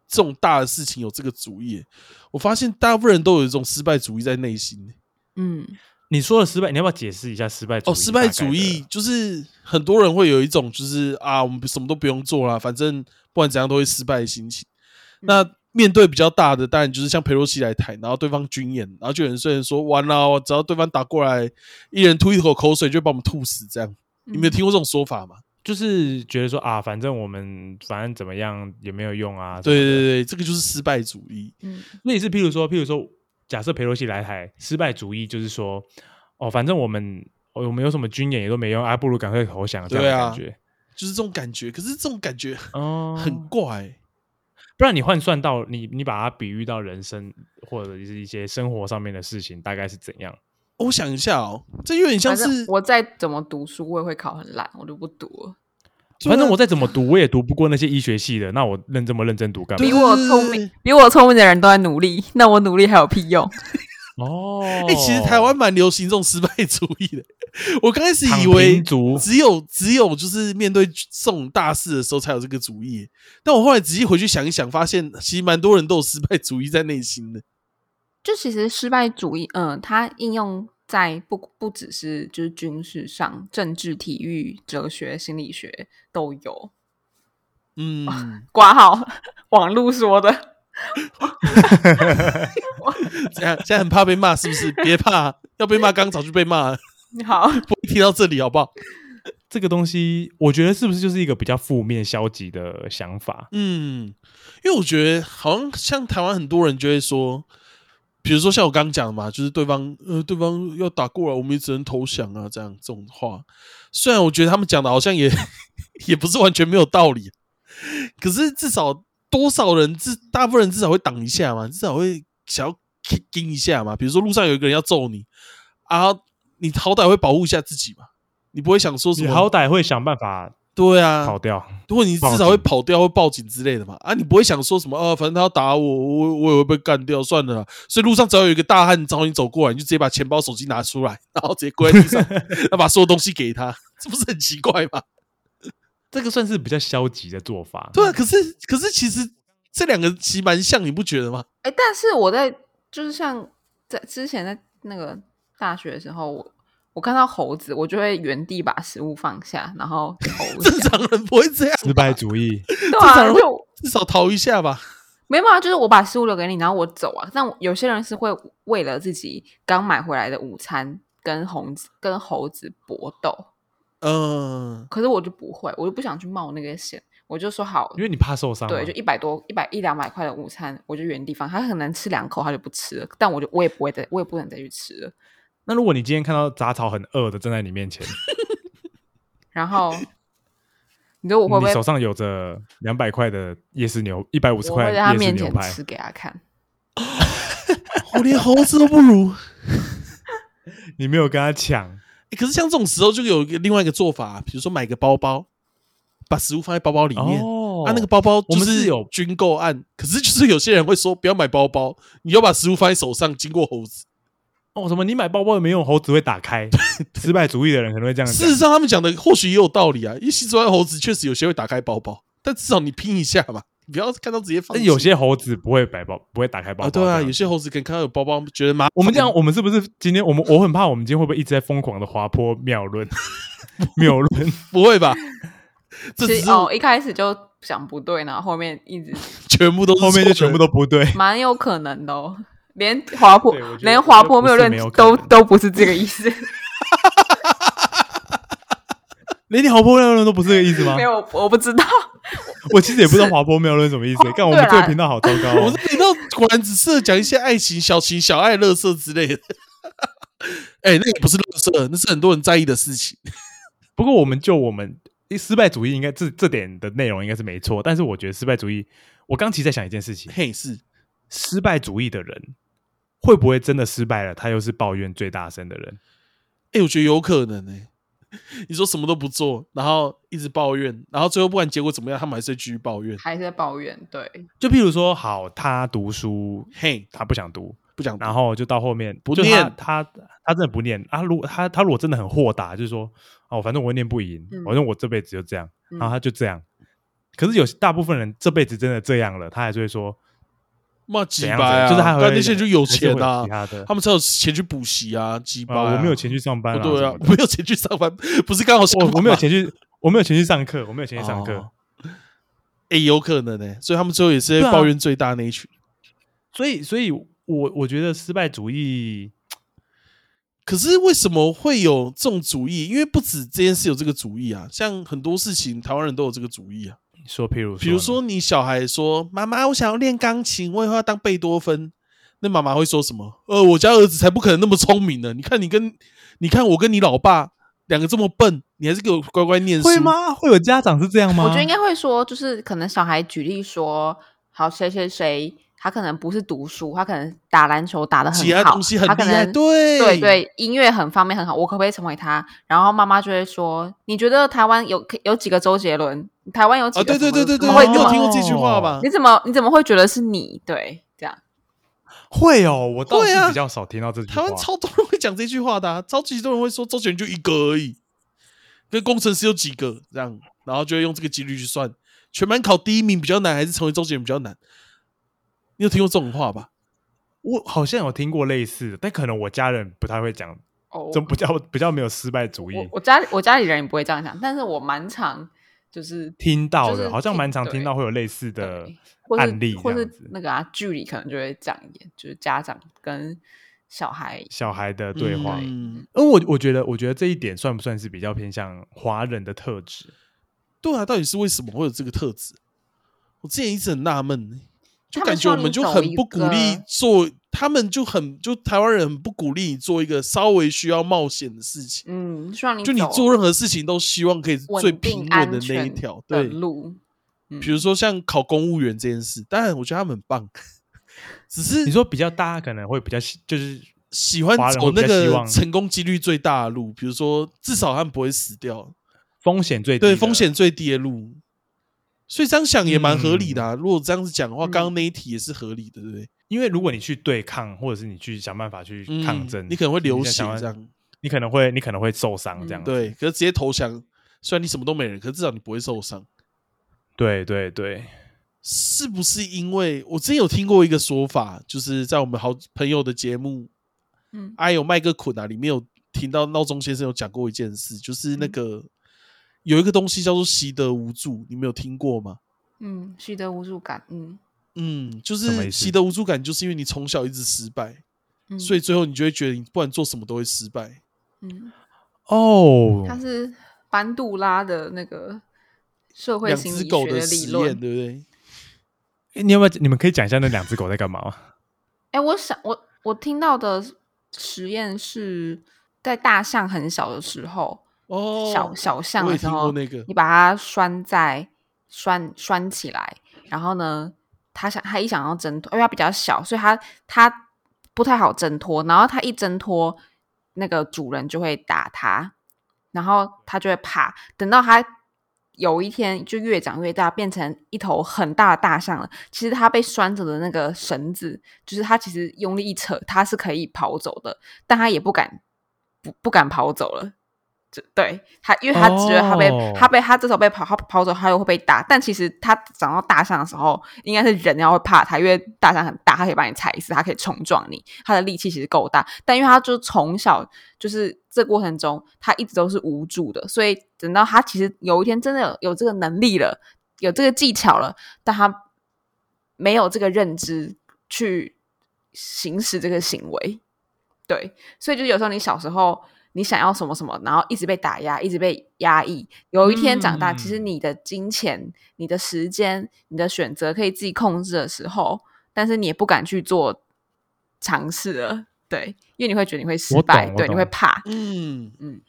[SPEAKER 2] 这种大的事情有这个主意，我发现大部分人都有一种失败主义在内心。
[SPEAKER 1] 嗯，
[SPEAKER 3] 你说的失败，你要不要解释一下失败主义？
[SPEAKER 2] 哦，失败主义，就是很多人会有一种就是啊，我们什么都不用做啦，反正不管怎样都会失败的心情。
[SPEAKER 1] 嗯
[SPEAKER 2] 那面对比较大的，当然就是像佩洛西来台，然后对方军演，然后就有人虽然说完了，只要对方打过来，一人吐一口口水就把我们吐死，这样你
[SPEAKER 1] 嗯
[SPEAKER 2] 没有听过这种说法吗？
[SPEAKER 3] 就是觉得说啊，反正我们反正怎么样也没有用啊。
[SPEAKER 2] 对对
[SPEAKER 3] 对，
[SPEAKER 2] 对，这个就是失败主义。
[SPEAKER 1] 嗯，
[SPEAKER 3] 类似譬如说，譬如说，假设佩洛西来台，失败主义就是说，哦，反正我们哦我们有什么军演也都没用啊，不如赶快投降这样
[SPEAKER 2] 对
[SPEAKER 3] 的
[SPEAKER 2] 啊
[SPEAKER 3] 感觉。
[SPEAKER 2] 就是这种感觉，可是这种感觉
[SPEAKER 3] 哦，
[SPEAKER 2] 很怪、
[SPEAKER 3] 不然你换算到你，你把它比喻到人生或者是一些生活上面的事情，大概是怎样？
[SPEAKER 2] 我想一下哦，这有点像
[SPEAKER 1] 反
[SPEAKER 2] 是
[SPEAKER 1] 正，我再怎么读书，我也会考很烂，我就不读了。
[SPEAKER 2] 对啊
[SPEAKER 3] 反正我再怎么读，我也读不过那些医学系的，那我认这么认真读干
[SPEAKER 2] 对啊
[SPEAKER 1] 比
[SPEAKER 3] 嘛？
[SPEAKER 1] 我
[SPEAKER 2] 对
[SPEAKER 1] 聪
[SPEAKER 2] 对
[SPEAKER 1] 明，比我聪明的人都在努力，那我努力还有屁用？ [LAUGHS]
[SPEAKER 3] 哦，
[SPEAKER 2] 哎、其实台湾蛮流行这种失败主义的。我刚开始
[SPEAKER 3] 躺
[SPEAKER 2] 以为
[SPEAKER 3] 平族
[SPEAKER 2] 只有只有就是面对这种大事的时候才有这个主意，但我后来仔细回去想一想，发现其实蛮多人都有失败主义在内心的。
[SPEAKER 1] 就其实失败主义，嗯、它应用在不不只是就是军事上，政治、体育、哲学、心理学都有。
[SPEAKER 2] 嗯，
[SPEAKER 1] 挂号，网路说的， [LAUGHS]
[SPEAKER 2] 这样现在很怕被骂，是不是？别怕，要被骂刚早就被骂了，
[SPEAKER 1] 好，
[SPEAKER 2] 不会提到这里好不好？
[SPEAKER 3] 这个东西，我觉得是不是就是一个比较负面、消极的想法？
[SPEAKER 2] 嗯，因为我觉得好像像台湾很多人就会说，比如说像我刚刚讲的嘛，就是对方呃对方要打过来，我们也只能投降啊，这样这种话。虽然我觉得他们讲的好像也 [LAUGHS] 也不是完全没有道理，可是至少多少人至大部分人至少会挡一下嘛，至少会想要盯一下嘛。比如说路上有一个人要揍你啊，你好歹会保护一下自己嘛，你不会想说什
[SPEAKER 3] 你
[SPEAKER 2] 么
[SPEAKER 3] 好歹会想办法
[SPEAKER 2] 对啊，
[SPEAKER 3] 跑掉。
[SPEAKER 2] 如果你至少会跑掉、会报警之类的嘛。啊，你不会想说什么啊，反正他要打我，我我也会被干掉，算了啦。所以路上只要有一个大汉朝你走过来，你就直接把钱包、手机拿出来， [LAUGHS] 然后直接跪在地 [LAUGHS] 上，然后把所有东西给他，这不是很奇怪吗？
[SPEAKER 3] 这个算是比较消极的做法。
[SPEAKER 2] 对啊，可是可是其实这两个其实蛮像，你不觉得吗？
[SPEAKER 1] 哎、但是我在就是像在之前在那个大学的时候，我我看到猴子，我就会原地把食物放下，然后 [LAUGHS] 投
[SPEAKER 2] [LAUGHS] 正
[SPEAKER 1] 降。
[SPEAKER 2] 常人不会这样，
[SPEAKER 3] 失败主义，
[SPEAKER 1] 对
[SPEAKER 2] 正常
[SPEAKER 1] 啊，
[SPEAKER 2] 人会
[SPEAKER 1] 就
[SPEAKER 2] 至少逃一下吧。
[SPEAKER 1] 没办法，就是我把食物留给你，然后我走啊。但我有些人是会为了自己刚买回来的午餐跟猴子跟猴子搏斗，
[SPEAKER 2] 嗯，
[SPEAKER 1] 可是我就不会，我就不想去冒那个险，我就说好
[SPEAKER 3] 因，为你怕受伤嘛。
[SPEAKER 1] 对，就一百多、一百一两百块的午餐，我就原地放，他可能吃两口他就不吃了，但我就我也不会再，我也不能再去吃了。
[SPEAKER 3] 那如果你今天看到杂草很饿的站在你面前，
[SPEAKER 1] 然
[SPEAKER 3] [LAUGHS]
[SPEAKER 1] 后你说我会不
[SPEAKER 3] 你
[SPEAKER 1] 会
[SPEAKER 3] 手上有着两百块的夜市牛，一百五十
[SPEAKER 1] 我会
[SPEAKER 3] 块
[SPEAKER 1] 在他
[SPEAKER 3] 夜市
[SPEAKER 1] 面
[SPEAKER 3] 牛
[SPEAKER 1] 前
[SPEAKER 3] 排，
[SPEAKER 1] 吃给他看？
[SPEAKER 2] 我连猴子都不如。
[SPEAKER 3] 你没有跟他
[SPEAKER 2] [LAUGHS]
[SPEAKER 3] 抢，
[SPEAKER 2] 欸可是像这种时候，就有一个另外一个做法、啊比如说买个包包，把食物放在包包里面。
[SPEAKER 3] 哦
[SPEAKER 2] 啊，那个包包
[SPEAKER 3] 我
[SPEAKER 2] 就
[SPEAKER 3] 们是有
[SPEAKER 2] 军购案，可是就是有些人会说不要买包包，你要把食物放在手上，经过猴子。
[SPEAKER 3] 哦什么？你买包包也没用，猴子会打开。失败主义的人可能会这样
[SPEAKER 2] 事实
[SPEAKER 3] 讲。
[SPEAKER 2] 上，他们讲的或许也有道理啊，因为西装猴子确实有些会打开包包，但至少你拼一下嘛，你不要看到直接放
[SPEAKER 3] 但
[SPEAKER 2] 弃。
[SPEAKER 3] 有些猴子不会摆包，不会打开包包。
[SPEAKER 2] 啊，对
[SPEAKER 3] 这
[SPEAKER 2] 啊，
[SPEAKER 3] 样
[SPEAKER 2] 有些猴子可能看到有包包，觉得麻烦
[SPEAKER 3] 我们这样，我们是不是今天我们我很怕，我们今天会不会一直在疯狂的滑坡谬论？ [LAUGHS] 谬论，
[SPEAKER 2] 不会
[SPEAKER 3] [LAUGHS]
[SPEAKER 2] 吧？
[SPEAKER 1] 其
[SPEAKER 2] 这只
[SPEAKER 1] 实
[SPEAKER 2] 是
[SPEAKER 1] 哦，一开始就想不对，然后后面一直
[SPEAKER 2] 全部都是
[SPEAKER 3] 后面
[SPEAKER 2] 错
[SPEAKER 3] 就
[SPEAKER 2] 的
[SPEAKER 3] 全部都不对。
[SPEAKER 1] 蛮有可能的、哦，连滑坡
[SPEAKER 3] 对我觉得
[SPEAKER 1] 连滑坡
[SPEAKER 3] 我觉
[SPEAKER 1] 有
[SPEAKER 3] 得不是
[SPEAKER 1] 认
[SPEAKER 3] 没有可
[SPEAKER 1] 都
[SPEAKER 3] 能
[SPEAKER 1] 都不是这个意
[SPEAKER 2] [LAUGHS]
[SPEAKER 1] 思，
[SPEAKER 3] 连你滑坡谬论都不是这个意思
[SPEAKER 2] 啊
[SPEAKER 3] 吗
[SPEAKER 1] 没？有我不知道， [LAUGHS]
[SPEAKER 3] [LAUGHS] 我其实也不知道滑坡谬论什么意思。看我
[SPEAKER 1] 对
[SPEAKER 3] 们
[SPEAKER 1] 啦
[SPEAKER 3] 这个频道好糟糕
[SPEAKER 2] 我
[SPEAKER 3] 哦
[SPEAKER 2] 这。频道果然只适合讲一些爱情、小情、小爱、乐色之类的。 [LAUGHS] 哎、那也不是乐色，那是很多人在意的事情。
[SPEAKER 3] 不过我们就我们失败主义应该这这点的内容应该是没错，但是我觉得失败主义，我刚其实在想一件事情：
[SPEAKER 2] 嘿，是
[SPEAKER 3] 失败主义的人会不会真的失败了，他又是抱怨最大声的人？
[SPEAKER 2] 哎、我觉得有可能哎、 [LAUGHS] 你说什么都不做，然后一直抱怨，然后最后不管结果怎么样，他们还是会继续抱怨。
[SPEAKER 1] 还是在抱怨。对，
[SPEAKER 3] 就譬如说，好，他读书
[SPEAKER 2] 嘿，
[SPEAKER 3] 他不想读，
[SPEAKER 2] 不讲，
[SPEAKER 3] 然后就到后面
[SPEAKER 2] 嗯不
[SPEAKER 3] 就
[SPEAKER 2] 念
[SPEAKER 3] 他他他真的不念啊。如果他他如果真的很豁达，就是说哦，反正我会念不赢，
[SPEAKER 1] 嗯
[SPEAKER 3] 反正我这辈子就这样，
[SPEAKER 1] 嗯
[SPEAKER 3] 然后他就这样。可是有些大部分人这辈子真的这样了，他还是会说
[SPEAKER 2] 骂
[SPEAKER 3] 怎
[SPEAKER 2] 鸡
[SPEAKER 3] 样
[SPEAKER 2] 巴
[SPEAKER 3] 怎样
[SPEAKER 2] 啊！
[SPEAKER 3] 就是他还会
[SPEAKER 2] 但那些人就有钱
[SPEAKER 3] 还是会
[SPEAKER 2] 啊
[SPEAKER 3] 有其，他的
[SPEAKER 2] 他们才有钱去补习啊，鸡巴、
[SPEAKER 3] 啊，我没有钱去上班、
[SPEAKER 2] 不
[SPEAKER 3] 啊，
[SPEAKER 2] 对啊
[SPEAKER 3] 什么，的
[SPEAKER 2] 我没有钱去上班，不是刚好
[SPEAKER 3] 我我没有
[SPEAKER 2] 钱
[SPEAKER 3] 钱去，我没有钱去上课，我没有钱去上课，
[SPEAKER 2] 哦哎、有可能哎、所以他们最后也是
[SPEAKER 3] 对
[SPEAKER 2] 会
[SPEAKER 3] 啊
[SPEAKER 2] 抱怨最大那一群。
[SPEAKER 3] 所以所以我我觉得失败主义，
[SPEAKER 2] 可是为什么会有这种主意？因为不止这件事有这个主意啊，像很多事情台湾人都有这个主意啊。
[SPEAKER 3] 说譬如
[SPEAKER 2] 比如
[SPEAKER 3] 呢
[SPEAKER 2] 说你小孩说：“妈妈，我想要练钢琴，我以后要当贝多芬。”那妈妈会说什么？呃，我家儿子才不可能那么聪明呢！你看你跟你看我跟你老爸两个这么笨，你还是给我乖乖念书
[SPEAKER 3] 会？吗？会有家长是这样吗？
[SPEAKER 1] 我觉得应该会说，就是可能小孩举例说，好谁谁谁，他可能不是读书，他可能打篮球打的很好，
[SPEAKER 2] 其他东西很
[SPEAKER 1] 他
[SPEAKER 2] 厉
[SPEAKER 1] 可
[SPEAKER 2] 害，
[SPEAKER 1] 能
[SPEAKER 2] 对
[SPEAKER 1] 对，对，音乐很方面很好，我可不可以成为他？然后妈妈就会说，你觉得台湾有有几个周杰伦？台湾有几
[SPEAKER 2] 啊，
[SPEAKER 1] 个
[SPEAKER 2] 对
[SPEAKER 1] 什么？
[SPEAKER 2] 对对对
[SPEAKER 1] 怎
[SPEAKER 2] 对，
[SPEAKER 1] 么会
[SPEAKER 2] 你
[SPEAKER 1] 这
[SPEAKER 2] 有
[SPEAKER 1] 么
[SPEAKER 2] 听过这句话吧？
[SPEAKER 1] 你怎么你怎么会觉得是你？对，这样
[SPEAKER 3] 会哦，我倒
[SPEAKER 2] 会
[SPEAKER 3] 是
[SPEAKER 2] 啊
[SPEAKER 3] 比较少听到这句
[SPEAKER 2] 台
[SPEAKER 3] 话。
[SPEAKER 2] 湾超多人会讲这句话的、啊，超级多人会说周杰伦就一个而已，跟工程师有几个这样，然后就会用这个几率去算，全班考第一名比较难，还是成为周杰伦比较难？你有听过这种话吧？
[SPEAKER 3] 我好像有听过类似的，但可能我家人不太会讲，
[SPEAKER 1] 哦，
[SPEAKER 3] 真比较比较没有失败主义
[SPEAKER 1] 我。我家里我家里人也不会这样想，但是我蛮常就是
[SPEAKER 3] 听到
[SPEAKER 1] 就是
[SPEAKER 3] 的，好像蛮常
[SPEAKER 1] 对
[SPEAKER 3] 听到会有类似的
[SPEAKER 1] 对或是
[SPEAKER 3] 案例
[SPEAKER 1] 或
[SPEAKER 3] 这
[SPEAKER 1] 是
[SPEAKER 3] 样子
[SPEAKER 1] 那个啊剧里可能就会这样演，就是家长跟小孩
[SPEAKER 3] 小孩的对话。嗯
[SPEAKER 2] 嗯，
[SPEAKER 3] 我我觉得，我觉得这一点算不算是比较偏向华人的特质？
[SPEAKER 2] 对啊，到底是为什么会有这个特质？我之前一直很纳闷呢、就
[SPEAKER 1] 他们
[SPEAKER 2] 感
[SPEAKER 1] 希
[SPEAKER 2] 觉我
[SPEAKER 1] 望
[SPEAKER 2] 们
[SPEAKER 1] 你
[SPEAKER 2] 就
[SPEAKER 1] 走
[SPEAKER 2] 很
[SPEAKER 1] 一
[SPEAKER 2] 不鼓励
[SPEAKER 1] 个
[SPEAKER 2] 做，他们就很就台湾人很不鼓励你做一个稍微需要冒险的事情。
[SPEAKER 1] 嗯，希望你
[SPEAKER 2] 就你
[SPEAKER 1] 走
[SPEAKER 2] 做任何事情都希望可以
[SPEAKER 1] 稳
[SPEAKER 2] 最
[SPEAKER 1] 定
[SPEAKER 2] 平
[SPEAKER 1] 安
[SPEAKER 2] 稳的那
[SPEAKER 1] 全
[SPEAKER 2] 一
[SPEAKER 1] 嗯
[SPEAKER 2] 条，
[SPEAKER 1] 的
[SPEAKER 2] 对，
[SPEAKER 1] 路，
[SPEAKER 2] 比如说像考公务员这件事，当然我觉得他们很棒， [LAUGHS] 只是
[SPEAKER 3] 你说比较大家可能会比较喜就是
[SPEAKER 2] 喜欢
[SPEAKER 3] 华人
[SPEAKER 2] 走
[SPEAKER 3] 会比
[SPEAKER 2] 那
[SPEAKER 3] 较希
[SPEAKER 2] 个
[SPEAKER 3] 望
[SPEAKER 2] 成功几率最大的路，比如说至少他们不会死掉，
[SPEAKER 3] 风险最低
[SPEAKER 2] 对
[SPEAKER 3] 的
[SPEAKER 2] 风险最低的路。所以这样想也蛮合理的、啊。如果这样子讲的话，
[SPEAKER 1] 嗯
[SPEAKER 2] 刚刚那一题也是合理的，对不对？
[SPEAKER 3] 因为如果你去对抗，或者是你去想办法去抗争，
[SPEAKER 2] 嗯你可能会流
[SPEAKER 3] 你
[SPEAKER 2] 血
[SPEAKER 3] 想办
[SPEAKER 2] 这样。
[SPEAKER 3] 你可能会你可能会受伤这样
[SPEAKER 1] 嗯
[SPEAKER 3] 子。
[SPEAKER 2] 对，可是直接投降，虽然你什么都没了，可是至少你不会受伤。
[SPEAKER 3] 对对对，
[SPEAKER 2] 是不是因为我之前有听过一个说法，就是在我们好朋友的节目
[SPEAKER 1] 嗯
[SPEAKER 2] 《哎有麦克捆》啊，里面有听到闹钟先生有讲过一件事，就是那
[SPEAKER 1] 嗯
[SPEAKER 2] 个、有一个东西叫做习得无助，你们有听过吗？
[SPEAKER 1] 嗯，习得无助感，嗯
[SPEAKER 2] 嗯，就
[SPEAKER 3] 什么
[SPEAKER 2] 是
[SPEAKER 3] 意思
[SPEAKER 2] 习得无助感，就是因为你从小一直失败，
[SPEAKER 1] 嗯，
[SPEAKER 2] 所以最后你就会觉得你不管做什么都会失败。
[SPEAKER 1] 嗯，
[SPEAKER 3] 哦，
[SPEAKER 1] 它是班杜拉的那个社会
[SPEAKER 2] 两
[SPEAKER 1] 心
[SPEAKER 2] 只
[SPEAKER 1] 理
[SPEAKER 2] 狗
[SPEAKER 1] 学
[SPEAKER 2] 的
[SPEAKER 1] 理
[SPEAKER 2] 实
[SPEAKER 1] 论
[SPEAKER 2] 验，，对不对？
[SPEAKER 3] 诶你要不要？你们可以讲一下那两只狗在干嘛吗？
[SPEAKER 1] 哎、我想我我听到的实验是在大象很小的时候，
[SPEAKER 2] 哦，
[SPEAKER 1] 小小象
[SPEAKER 2] 我也
[SPEAKER 1] 的时
[SPEAKER 2] 听过
[SPEAKER 1] 候，
[SPEAKER 2] 那个
[SPEAKER 1] 你把它拴在拴拴起来，然后呢，它想它一想要挣脱，因为它比较小，所以它它不太好挣脱，然后它一挣脱，那个主人就会打它，然后它就会怕。等到它有一天就越长越大，变成一头很大的大象了，其实它被拴着的那个绳子，就是它其实用力一扯，它是可以跑走的，但它也不敢不不敢跑走了。就对他，因为他觉得他被、
[SPEAKER 3] 哦
[SPEAKER 1] 他被他这时候被跑，他跑走他又会被打。但其实他长到大象的时候，应该是人要会怕他，因为大象很大，它可以把你踩死，它可以冲撞你，它的力气其实够大。但因为他就从小就是这过程中，他一直都是无助的，所以等到他其实有一天真的有有这个能力了，有这个技巧了，但他没有这个认知去行使这个行为，对，所以就有时候你小时候你想要什么什么，然后一直被打压，一直被压抑。有一天长大，其实
[SPEAKER 3] 嗯
[SPEAKER 1] 你的金钱、你的时间、你的选择可以自己控制的时候，但是你也不敢去做尝试了，对，因为你会觉得你会失
[SPEAKER 3] 我
[SPEAKER 1] 败
[SPEAKER 3] 懂，我
[SPEAKER 1] 对，你
[SPEAKER 3] 懂
[SPEAKER 1] 会怕，
[SPEAKER 2] 嗯嗯
[SPEAKER 1] 嗯，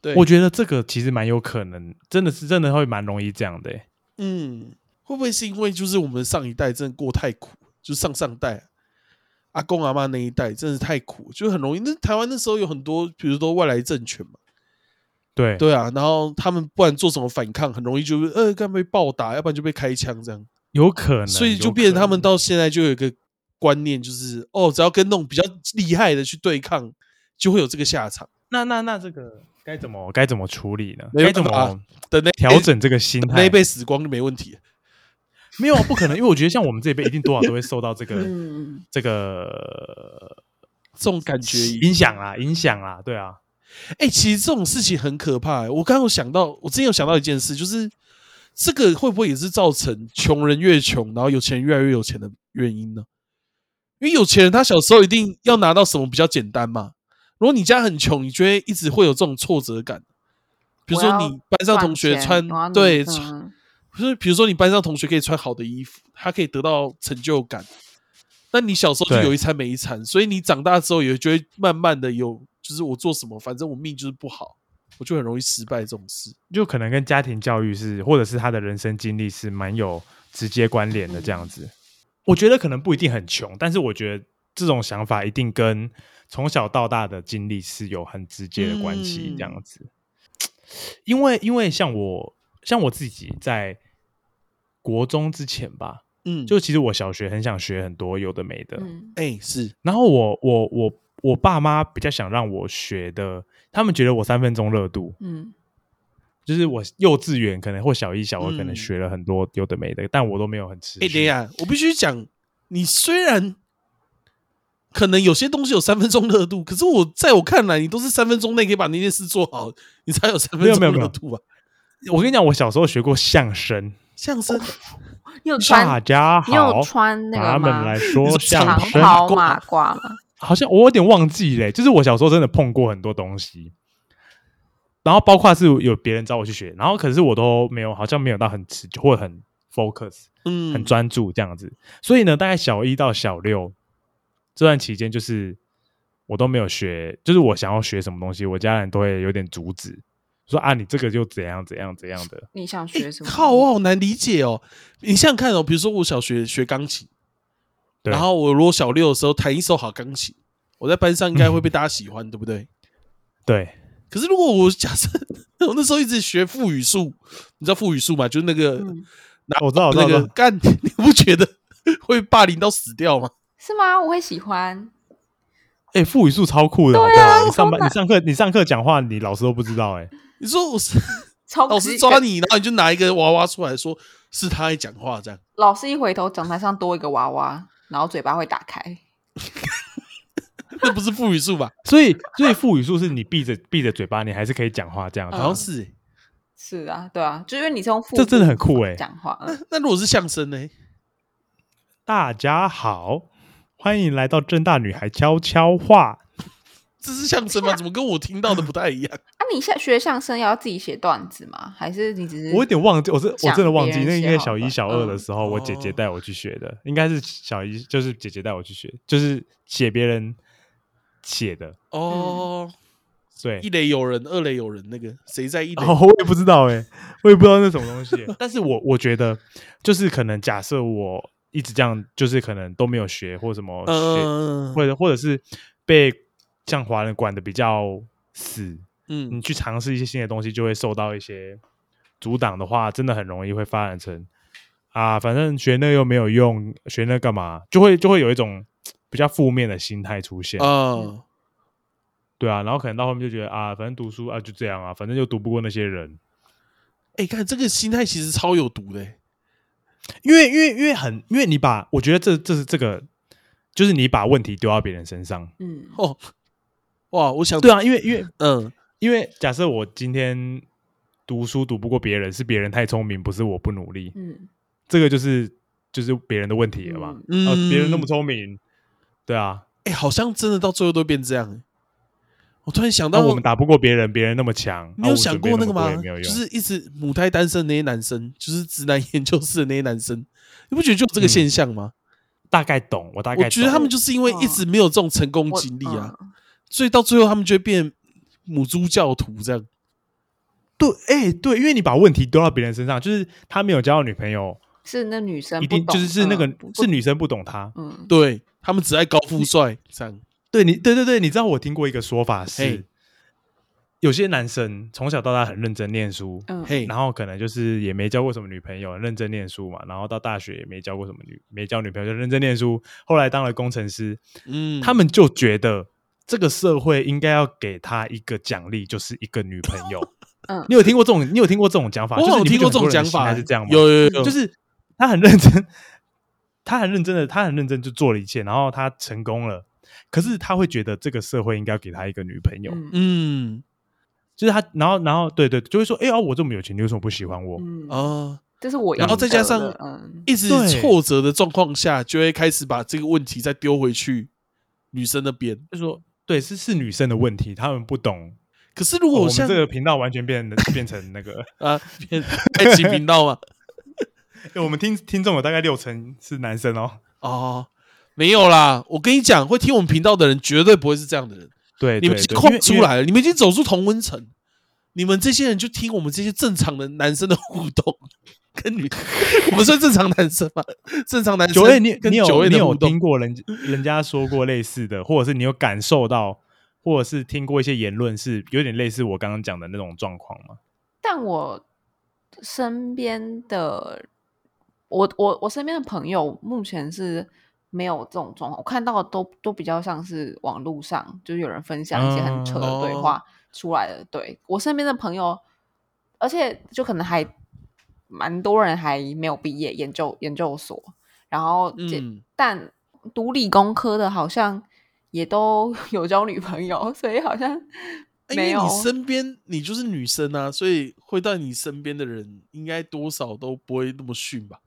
[SPEAKER 2] 对，
[SPEAKER 3] 我觉得这个其实蛮有可能，真的是真的会蛮容易这样的、欸。
[SPEAKER 2] 嗯，会不会是因为就是我们上一代真的过太苦，就是上上代、阿公阿妈那一代真的太苦，就很容易。那台湾那时候有很多，比如说外来政权嘛，
[SPEAKER 3] 对，
[SPEAKER 2] 对啊，然后他们不管做什么反抗，很容易就是呃，干被暴打，要不然就被开枪这样，
[SPEAKER 3] 有可能，
[SPEAKER 2] 所以就
[SPEAKER 3] 有
[SPEAKER 2] 变成
[SPEAKER 3] 可
[SPEAKER 2] 他们
[SPEAKER 3] 能
[SPEAKER 2] 到现在就有一个观念，就是哦，只要跟那种比较厉害的去对抗，就会有这个下场。
[SPEAKER 3] 那那那这个该怎么该怎么处理呢？
[SPEAKER 2] 没有
[SPEAKER 3] 该怎么、
[SPEAKER 2] 啊等那
[SPEAKER 3] 调整这个心
[SPEAKER 2] 等那
[SPEAKER 3] 态
[SPEAKER 2] 一？辈死光就没问题了。
[SPEAKER 3] 没有啊，不可能，因为我觉得像我们这一辈，一定多少都会受到这个
[SPEAKER 1] [LAUGHS] 嗯，
[SPEAKER 3] 这个
[SPEAKER 2] 这种感觉
[SPEAKER 3] [LAUGHS] 影响啦，影响啦，对啊，
[SPEAKER 2] 哎、其实这种事情很可怕欸、我刚刚有想到，我之前有想到一件事，就是这个会不会也是造成穷人越穷，然后有钱人越来越有钱的原因呢？因为有钱人他小时候一定要拿到什么比较简单嘛。如果你家很穷，你就会一直会有这种挫折感。比如说
[SPEAKER 1] 我要
[SPEAKER 2] 你班上同学
[SPEAKER 1] 赚钱
[SPEAKER 2] 穿
[SPEAKER 1] 我要努
[SPEAKER 2] 对，
[SPEAKER 1] 力
[SPEAKER 2] 穿
[SPEAKER 1] 嗯
[SPEAKER 2] 就是比如说你班上同学可以穿好的衣服，他可以得到成就感。那你小时候就
[SPEAKER 3] 对
[SPEAKER 2] 有一餐没一餐，所以你长大之后也就会慢慢的有，就是我做什么，反正我命就是不好，我就很容易失败这种事。
[SPEAKER 3] 就可能跟家庭教育是，或者是他的人生经历是蛮有直接关联的这样子。我觉得可能不一定很穷，但是我觉得这种想法一定跟从小到大的经历是有很直接的关系
[SPEAKER 2] 嗯
[SPEAKER 3] 这样子。因为因为像我像我自己在国中之前吧，
[SPEAKER 2] 嗯，
[SPEAKER 3] 就其实我小学很想学很多有的没的，
[SPEAKER 1] 嗯
[SPEAKER 2] 哎、是，
[SPEAKER 3] 然后我我我我爸妈比较想让我学的，他们觉得我三分钟热度，
[SPEAKER 1] 嗯
[SPEAKER 3] 就是我幼稚园可能或小一、小二可能
[SPEAKER 2] 嗯
[SPEAKER 3] 学了很多有的没的，但我都没有很吃。
[SPEAKER 2] 哎、等一，下，我必须讲，你虽然可能有些东西有三分钟热度，可是我在我看来，你都是三分钟内可以把那件事做好，你才有三
[SPEAKER 3] 没
[SPEAKER 2] 分
[SPEAKER 3] 有没有
[SPEAKER 2] 钟
[SPEAKER 3] 没有
[SPEAKER 2] 热度啊。
[SPEAKER 3] 我跟你讲，我小时候学过相声，
[SPEAKER 2] 相声，
[SPEAKER 1] 你有
[SPEAKER 3] 大
[SPEAKER 1] 穿
[SPEAKER 3] 家
[SPEAKER 1] 你有
[SPEAKER 3] 好，
[SPEAKER 1] 穿那
[SPEAKER 3] 咱
[SPEAKER 1] 个
[SPEAKER 3] 们
[SPEAKER 1] 吗
[SPEAKER 3] 来？
[SPEAKER 2] 你
[SPEAKER 3] 说
[SPEAKER 2] 说
[SPEAKER 3] 相
[SPEAKER 1] 长
[SPEAKER 3] 声，
[SPEAKER 1] 袍马褂吗？
[SPEAKER 3] 好像我有点忘记嘞、就是我小时候真的碰过很多东西，然后包括是有别人找我去学，然后可是我都没有，好像没有到很持久或很 focus。
[SPEAKER 2] 嗯，
[SPEAKER 3] 很专注这样子。所以呢，大概小一到小六这段期间，就是我都没有学，就是我想要学什么东西，我家人都会有点阻止，说啊，你这个就怎样怎样怎样的。
[SPEAKER 1] 你想学什么？
[SPEAKER 2] 哎靠，我好难理解哦。你想想看哦，比如说我小学学钢琴，
[SPEAKER 3] 对
[SPEAKER 2] 然后我如果小
[SPEAKER 3] 嗯
[SPEAKER 2] 六的时候弹一首好钢琴，我在班上应该会被大家喜欢，对不对？
[SPEAKER 3] 对，
[SPEAKER 2] 可是如果我假设 [LAUGHS] 我那时候一直学腹语术，你知道腹语术吗？就是那个、
[SPEAKER 1] 嗯
[SPEAKER 2] 拿
[SPEAKER 3] 我知哦道我知
[SPEAKER 2] 那
[SPEAKER 3] 道我知道
[SPEAKER 2] 个干， [LAUGHS] 你不觉得会霸凌到死掉吗？
[SPEAKER 1] 是吗？我会喜欢，
[SPEAKER 3] 哎、副语数超酷的，好不
[SPEAKER 1] 对啊
[SPEAKER 3] 好？你上
[SPEAKER 1] 超
[SPEAKER 3] 班，
[SPEAKER 1] 难
[SPEAKER 3] 你上课，你上课讲话，你老师都不知道、哎，
[SPEAKER 2] 你说我是
[SPEAKER 1] 哦超
[SPEAKER 2] 老师抓你，然后你就拿一个娃娃出来说是他在讲话这样。
[SPEAKER 1] 老师一回头，讲台上多一个娃娃，然后嘴巴会打开。
[SPEAKER 2] 那不是腹语术吧？
[SPEAKER 3] 所以，所以副语数是你闭着闭着嘴巴，你还是可以讲话这样子。
[SPEAKER 1] [LAUGHS] 嗯
[SPEAKER 2] 好像是欸、
[SPEAKER 1] 是啊，对啊，就因为你是用腹
[SPEAKER 3] 这真的
[SPEAKER 1] 部
[SPEAKER 3] 很酷欸
[SPEAKER 1] 讲话，嗯
[SPEAKER 2] 那如果是相声呢？
[SPEAKER 3] 大家好，欢迎来到正大女孩悄悄话。
[SPEAKER 2] 这是相声吗？
[SPEAKER 1] [LAUGHS]
[SPEAKER 2] 怎么跟我听到的不太一样？
[SPEAKER 1] 啊，你下学相声要自己写段子吗？还是你只是
[SPEAKER 3] 我有点忘记，我真我
[SPEAKER 1] 嗯讲
[SPEAKER 3] 真的忘记，
[SPEAKER 1] 别人写
[SPEAKER 3] 那应该
[SPEAKER 1] 好
[SPEAKER 3] 小一
[SPEAKER 1] 的
[SPEAKER 3] 小二的
[SPEAKER 1] 嗯
[SPEAKER 3] 时候，我姐姐
[SPEAKER 2] 哦
[SPEAKER 3] 带我去学的，应该是小一，就是姐姐带我去学，就是写别人写的，
[SPEAKER 2] 哦，
[SPEAKER 3] 对
[SPEAKER 2] 一。垒有人，二垒有人，那个谁在一垒？
[SPEAKER 3] 然后我也不知道哎、我也不知道那什么东西
[SPEAKER 1] [LAUGHS]
[SPEAKER 3] 欸、但是我我觉得，就是可能假设我一直这样，就是可能都没有学或什么学，
[SPEAKER 1] 呃
[SPEAKER 2] 嗯，
[SPEAKER 3] 或者或者是被像华人管的比较死，你
[SPEAKER 2] 嗯，
[SPEAKER 3] 去尝试一些新的东西，就会受到一些阻挡的话，真的很容易会发展成啊，反正学那又没有用，学那干嘛？就会就会有一种嘖比较负面的心态出现，
[SPEAKER 2] 啊，
[SPEAKER 3] 对啊，然后可能到后面就觉得啊，反正读书啊就这样啊，反正又读不过那些人，
[SPEAKER 2] 哎，看这个心态其实超有毒的欸。
[SPEAKER 3] 因为因为因为很因为你把我觉得这这是这个就是你把问题丢到别人身上，
[SPEAKER 1] 嗯
[SPEAKER 2] 哦，哇，我想
[SPEAKER 3] 对，啊，因为因为
[SPEAKER 2] 嗯，
[SPEAKER 3] 因为假设我今天读书读不过别人，是别人太聪明，不是我不努力，
[SPEAKER 1] 嗯
[SPEAKER 3] 这个就是就是别人的问题了嘛。
[SPEAKER 2] 嗯
[SPEAKER 3] 啊，别人那么聪明，对啊，
[SPEAKER 2] 哎，好像真的到最后都变这样欸。我突然想
[SPEAKER 3] 那
[SPEAKER 2] 到，
[SPEAKER 3] 我们打啊不过别人，别人那么强，
[SPEAKER 2] 你有想过那个吗？
[SPEAKER 3] 没有用，
[SPEAKER 2] 就是一直母胎单身的那些男生，就是直男 [LAUGHS] 研究室的那些男生，你不觉得就有这个现象吗？
[SPEAKER 3] 大概懂，嗯我大概
[SPEAKER 2] 我觉得他们就是因为一直没有这种成功
[SPEAKER 1] 我
[SPEAKER 2] 经历啊，，所以到最后他们就会变母猪教徒这样。
[SPEAKER 3] 对，哎、对，因为你把问题丢到别人身上，就是他没有交到女朋友，
[SPEAKER 1] 是那女生
[SPEAKER 3] 一
[SPEAKER 1] 不
[SPEAKER 3] 定
[SPEAKER 1] 懂
[SPEAKER 3] 就是是那个、
[SPEAKER 1] 嗯不
[SPEAKER 3] 是女生不懂他。
[SPEAKER 1] 嗯
[SPEAKER 2] 对他们只爱高富帅这样。
[SPEAKER 3] 对你，对对对，你知道我听过一个说法
[SPEAKER 2] 嘿
[SPEAKER 3] 是，有些男生从小到大很认真念书，
[SPEAKER 1] 嗯
[SPEAKER 2] 嘿，
[SPEAKER 3] 然后可能就是也没交过什么女朋友，认真念书嘛，然后到大学也没交过什么女，没交女朋友就认真念书，后来当了工程师，
[SPEAKER 2] 嗯，
[SPEAKER 3] 他们就觉得这个社会应该要给他一个奖励，就是一个女朋
[SPEAKER 2] [LAUGHS]
[SPEAKER 3] 友。
[SPEAKER 1] 嗯
[SPEAKER 3] 你有听过这种？你有听过这种讲法？
[SPEAKER 2] 我好像
[SPEAKER 3] 就是
[SPEAKER 2] 听
[SPEAKER 3] 你
[SPEAKER 2] 过
[SPEAKER 3] 不
[SPEAKER 2] 这
[SPEAKER 3] 觉得
[SPEAKER 2] 种讲
[SPEAKER 3] 很多人的心
[SPEAKER 2] 法
[SPEAKER 3] 态
[SPEAKER 2] 欸，
[SPEAKER 3] 是这样吗？
[SPEAKER 2] 有有有有，
[SPEAKER 3] 就是他很认真， [LAUGHS] 他很认真的，他很认真就做了一切，然后他成功了。可是他会觉得这个社会应该要给他一个女朋友，
[SPEAKER 1] 嗯
[SPEAKER 2] 嗯
[SPEAKER 3] 就是他，然后，然后，对对，就会说，哎、呀，我这么有钱，你为什么不喜欢我？
[SPEAKER 1] 嗯
[SPEAKER 2] 啊、哦
[SPEAKER 1] 这是我
[SPEAKER 2] 然后
[SPEAKER 1] 赢
[SPEAKER 2] 再加
[SPEAKER 1] 得
[SPEAKER 2] 上
[SPEAKER 1] 的嗯
[SPEAKER 2] 一直
[SPEAKER 3] 对
[SPEAKER 2] 挫折的状况下，就会开始把这个问题再丢回去女生那边。
[SPEAKER 3] 就说，对，是是女生的问题，他们不懂。哦
[SPEAKER 2] 可是如
[SPEAKER 3] 我
[SPEAKER 2] 果
[SPEAKER 3] 们
[SPEAKER 2] 像
[SPEAKER 3] 这个频道完全变得变成那个，
[SPEAKER 2] 啊，变爱情频道嘛，
[SPEAKER 3] 哎我们听听众有大概六成是男生哦。
[SPEAKER 2] 哦，没有啦，我跟你讲，会听我们频道的人绝对不会是这样的人。
[SPEAKER 3] 对，
[SPEAKER 2] 你们
[SPEAKER 3] 哎对
[SPEAKER 2] 已经
[SPEAKER 3] 对
[SPEAKER 2] 跨
[SPEAKER 3] 因为因
[SPEAKER 2] 出
[SPEAKER 3] 为
[SPEAKER 2] 来了，你们已经走出同温层，你们这些人就听我们这些正常的男生的互动，跟女，我们算正常男生吗？正常男生
[SPEAKER 3] 九位，你
[SPEAKER 2] 跟
[SPEAKER 3] 你
[SPEAKER 2] 九
[SPEAKER 3] 有
[SPEAKER 2] 位
[SPEAKER 3] 你
[SPEAKER 2] 的
[SPEAKER 3] 有
[SPEAKER 2] 互动
[SPEAKER 3] 听，过人人家说过类似的，或者是你有感受到，或者是听过一些言论，是有点类似我刚刚讲的那种状况吗？
[SPEAKER 1] 但我身边的我我我身边的朋友目前是没有这种状况，我看到的都都比较像是网络上就是有人分享一些很扯的对
[SPEAKER 2] 嗯
[SPEAKER 1] 话出来的。对我身边的朋友，而且就可能还蛮多人还没有毕业研究研究所，然后这、
[SPEAKER 2] 嗯
[SPEAKER 1] 但读理工科的好像也都 [LAUGHS] 有交女朋友，所以好像没
[SPEAKER 2] 因为
[SPEAKER 1] 有
[SPEAKER 2] 你身边你就是女生啊，所以会到你身边的人应该多少都不会那么逊吧？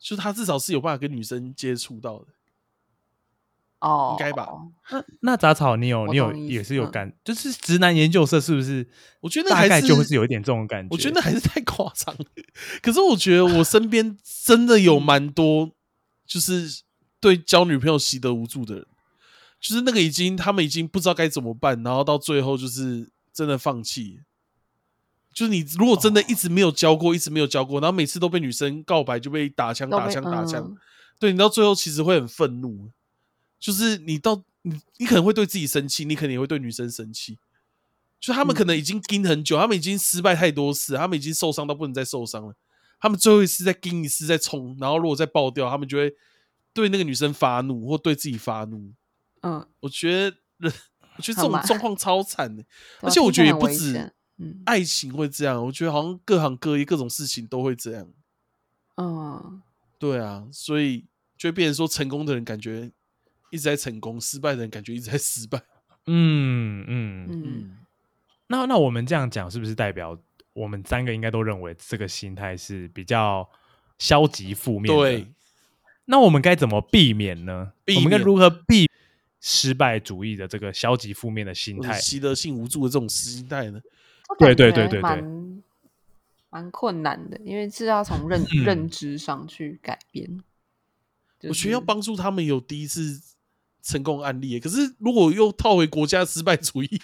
[SPEAKER 2] 就他至少是有办法跟女生接触到的，
[SPEAKER 1] 哦，
[SPEAKER 2] 应该吧
[SPEAKER 3] 那那杂草，你有
[SPEAKER 1] 我
[SPEAKER 3] 你有
[SPEAKER 1] 懂意思
[SPEAKER 3] 也是有
[SPEAKER 1] 嗯
[SPEAKER 3] 感，就是直男研究社是不是？
[SPEAKER 2] 我觉得那
[SPEAKER 3] 大
[SPEAKER 2] 还
[SPEAKER 3] 概
[SPEAKER 2] 是
[SPEAKER 3] 就会是有一点这种感觉。
[SPEAKER 2] 我觉得那还是太夸张了。可是我觉得我身边真的有蛮多，就是对交女朋友习得无助的人，就是那个已经他们已经不知道该怎么办，然后到最后就是真的放弃。就是你如果真
[SPEAKER 3] 哦
[SPEAKER 2] 的一直没有交过，一直没有交过，然后每次都被女生告白就被打枪
[SPEAKER 1] 都
[SPEAKER 2] 打
[SPEAKER 1] 被
[SPEAKER 2] 枪打枪，
[SPEAKER 1] 嗯
[SPEAKER 2] 对你到最后其实会很愤怒，就是你到你你可能会对自己生气，你可能也会对女生生气，就他们可能已经盯很久，他们已经失败太多次，他们已经受伤到不能再受伤了。他们最后一次再盯一次再冲，然后如果再爆掉，他们就会对那个女生发怒，或对自己发怒。
[SPEAKER 1] 嗯，
[SPEAKER 2] 我觉得人，我觉得这
[SPEAKER 1] 好
[SPEAKER 2] 种
[SPEAKER 1] 嘛
[SPEAKER 2] 状况超惨的、
[SPEAKER 1] 对啊
[SPEAKER 2] 而且我
[SPEAKER 1] 听起
[SPEAKER 2] 觉
[SPEAKER 1] 来
[SPEAKER 2] 得也
[SPEAKER 1] 很
[SPEAKER 2] 不
[SPEAKER 1] 危
[SPEAKER 2] 止
[SPEAKER 1] 险嗯
[SPEAKER 2] 爱情会这样，我觉得好像各行各业各种事情都会这样。
[SPEAKER 1] 嗯，
[SPEAKER 2] 对啊，所以就会变成说，成功的人感觉一直在成功，失败的人感觉一直在失败。
[SPEAKER 3] 嗯嗯，
[SPEAKER 1] 嗯，
[SPEAKER 3] 那那我们这样讲，是不是代表我们三个应该都认为这个心态是比较消极负面的？
[SPEAKER 2] 对，
[SPEAKER 3] 那我们该怎么避免呢？
[SPEAKER 2] 避
[SPEAKER 3] 我们该
[SPEAKER 2] 免
[SPEAKER 3] 如何避失败主义的这个消极负面的心
[SPEAKER 2] 或者
[SPEAKER 3] 态？
[SPEAKER 2] 习得性无助的这种心态呢，
[SPEAKER 1] 我
[SPEAKER 3] 对
[SPEAKER 1] 感
[SPEAKER 3] 对
[SPEAKER 1] 觉
[SPEAKER 3] 对对对
[SPEAKER 1] 蛮蛮困难的，因为是要从
[SPEAKER 2] [CLEARS THROAT]
[SPEAKER 1] 认
[SPEAKER 3] 嗯
[SPEAKER 1] 认知上去改变。就
[SPEAKER 2] 我觉得要
[SPEAKER 1] 是
[SPEAKER 2] 帮助他们有第一次成功案例耶。可是如果又套回国家失败主义，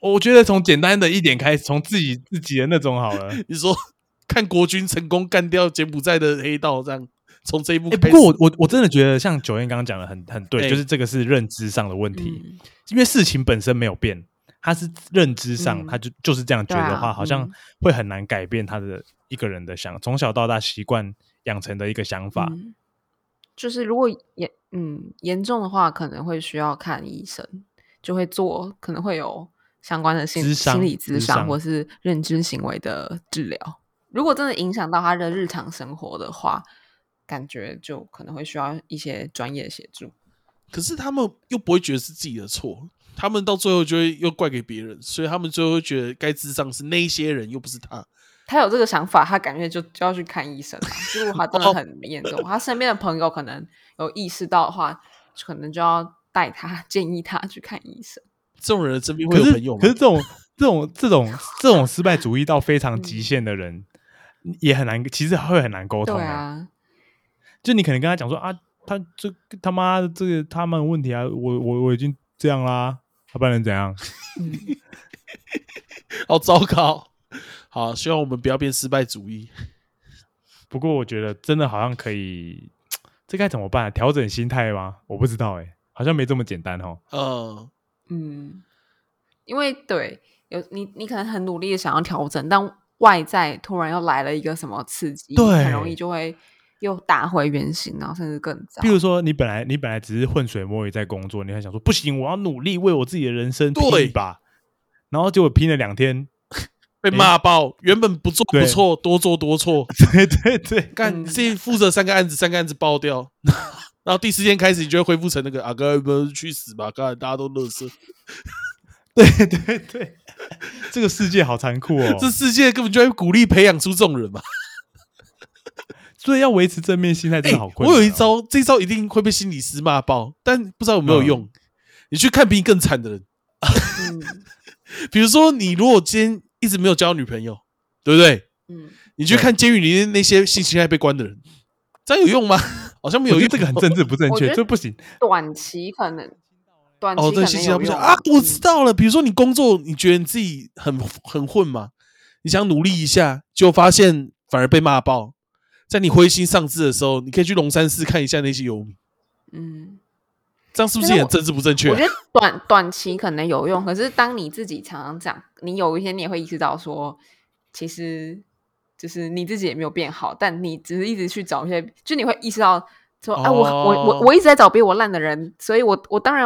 [SPEAKER 3] 我觉得从简单的一点开始，从自己自己的那种好了。
[SPEAKER 2] 你说 [LAUGHS] 看国军成功干掉柬埔寨的黑道，这样从这一步
[SPEAKER 3] [LAUGHS] 哎、
[SPEAKER 2] 开
[SPEAKER 3] 不
[SPEAKER 2] 始，
[SPEAKER 3] 过我我我真的觉得像九燕刚刚讲的很很对，
[SPEAKER 2] 哎
[SPEAKER 3] 就是这个是认知上的问题，
[SPEAKER 1] 嗯
[SPEAKER 3] 因为事情本身没有变，他是认知上、
[SPEAKER 1] 嗯
[SPEAKER 3] 他就就是这样觉得的话，
[SPEAKER 1] 对啊
[SPEAKER 3] 好像
[SPEAKER 1] 嗯
[SPEAKER 3] 会很难改变他的一个人的想从小到大习惯养成的一个想法。
[SPEAKER 1] 嗯就是如果严嗯严重的话，可能会需要看医生，就会做可能会有相关的心
[SPEAKER 3] 咨商
[SPEAKER 1] 心理
[SPEAKER 3] 咨
[SPEAKER 1] 咨
[SPEAKER 3] 商
[SPEAKER 1] 商或是认知行为的治疗。如果真的影响到他的日常生活的话，感觉就可能会需要一些专业协助。
[SPEAKER 2] 可是他们又不会觉得是自己的错，他们到最后就会又怪给别人，所以他们最后会觉得该智障是那一些人，又不是他。
[SPEAKER 1] 他有这个想法，他感觉就就要去看医生了。啊如果他真的
[SPEAKER 3] 哦
[SPEAKER 1] 很严重，他身边的朋友可能有意识到的话，可能就要带他 [LAUGHS] 建议他去看医生。
[SPEAKER 2] 这种人的身边会
[SPEAKER 3] 可
[SPEAKER 2] 有
[SPEAKER 3] 是
[SPEAKER 2] 朋友吗？
[SPEAKER 3] 可是这种这种这种
[SPEAKER 1] [LAUGHS]
[SPEAKER 3] 这种失败主义到非常
[SPEAKER 1] 嗯
[SPEAKER 3] 极限的人，也很难，其实会很难沟通、
[SPEAKER 1] 对
[SPEAKER 3] 欸。
[SPEAKER 1] 啊，
[SPEAKER 3] 就你可能跟他讲说啊，他这他妈的这个他们的问题啊，我我我已经这样啦，他不然能怎样？ [LAUGHS]
[SPEAKER 1] 嗯
[SPEAKER 2] [LAUGHS] 好糟糕。好，希望我们不要变失败主义。
[SPEAKER 3] 不过我觉得真的好像可以，这该怎么办、啊调整心态吗？我不知道哎、好像没这么简单哦。
[SPEAKER 2] 嗯，
[SPEAKER 1] 嗯，因为对有你，你可能很努力的想要调整，但外在突然又来了一个什么刺激，
[SPEAKER 3] 对
[SPEAKER 1] 很容易就会又打回原形，然后甚至更糟
[SPEAKER 3] 比。如说，你本来你本来只是浑水摸鱼在工作，你还想说不行，我要努力为我自己的人生拼
[SPEAKER 2] 对
[SPEAKER 3] 一把，然后结果拼了两天， [LAUGHS]
[SPEAKER 2] 被骂爆，原本不做不
[SPEAKER 3] 对
[SPEAKER 2] 错，多做多错，
[SPEAKER 3] 对对对，
[SPEAKER 2] 干
[SPEAKER 1] 嗯
[SPEAKER 2] 你自己负责三个案子，三个案子爆
[SPEAKER 3] [LAUGHS]
[SPEAKER 2] 掉，然后第四天开始你就会恢复成那个啊，哥们去死吧，刚才大家都乐色，
[SPEAKER 3] 哦对对对，这个世界好残酷哦！
[SPEAKER 2] 这世界根本就会鼓励培养出这种人嘛。
[SPEAKER 3] 所以要维持正面心态真的好困
[SPEAKER 2] 我
[SPEAKER 3] 难哦、
[SPEAKER 2] 有一招，这一招一定会被心理师骂爆，但不知道有没
[SPEAKER 3] 嗯
[SPEAKER 2] 有用。你去看比你更惨的人，
[SPEAKER 1] 嗯
[SPEAKER 2] 比如说你如果今天一直没有交女朋友，对不对？
[SPEAKER 1] 嗯，
[SPEAKER 2] 你去看监狱里面那些性侵害被关的人，这样有用吗？ [LAUGHS] 好像没有
[SPEAKER 3] 有
[SPEAKER 2] 用。
[SPEAKER 3] 这个很政治不正
[SPEAKER 1] 我觉
[SPEAKER 3] 确，
[SPEAKER 1] 得
[SPEAKER 3] 这不行。
[SPEAKER 1] 短期可能短期
[SPEAKER 2] 哦，
[SPEAKER 1] 可
[SPEAKER 2] 对，
[SPEAKER 1] 能
[SPEAKER 2] 信息
[SPEAKER 1] 有
[SPEAKER 2] 不是
[SPEAKER 1] 用
[SPEAKER 2] 啊，我知
[SPEAKER 1] 嗯
[SPEAKER 2] 道了。比如说你工作，你觉得你自己很很混嘛，你想努力一下，就发现反而被骂爆。在你灰心丧志的时候，你可以去龙山寺看一下那些游民，
[SPEAKER 1] 嗯。
[SPEAKER 2] 这样是不
[SPEAKER 1] 但
[SPEAKER 2] 是
[SPEAKER 1] 是
[SPEAKER 2] 也
[SPEAKER 1] 我
[SPEAKER 2] 很政治不正确
[SPEAKER 1] 我
[SPEAKER 2] 啊、
[SPEAKER 1] 觉得短短期可能有用，可是当你自己常常讲，你有一天你也会意识到说，其实就是你自己也没有变好，但你只是一直去找一些，就你会意识到说，哎、我我
[SPEAKER 2] 哦
[SPEAKER 1] 我我一直在找比我烂的人，所以我我当然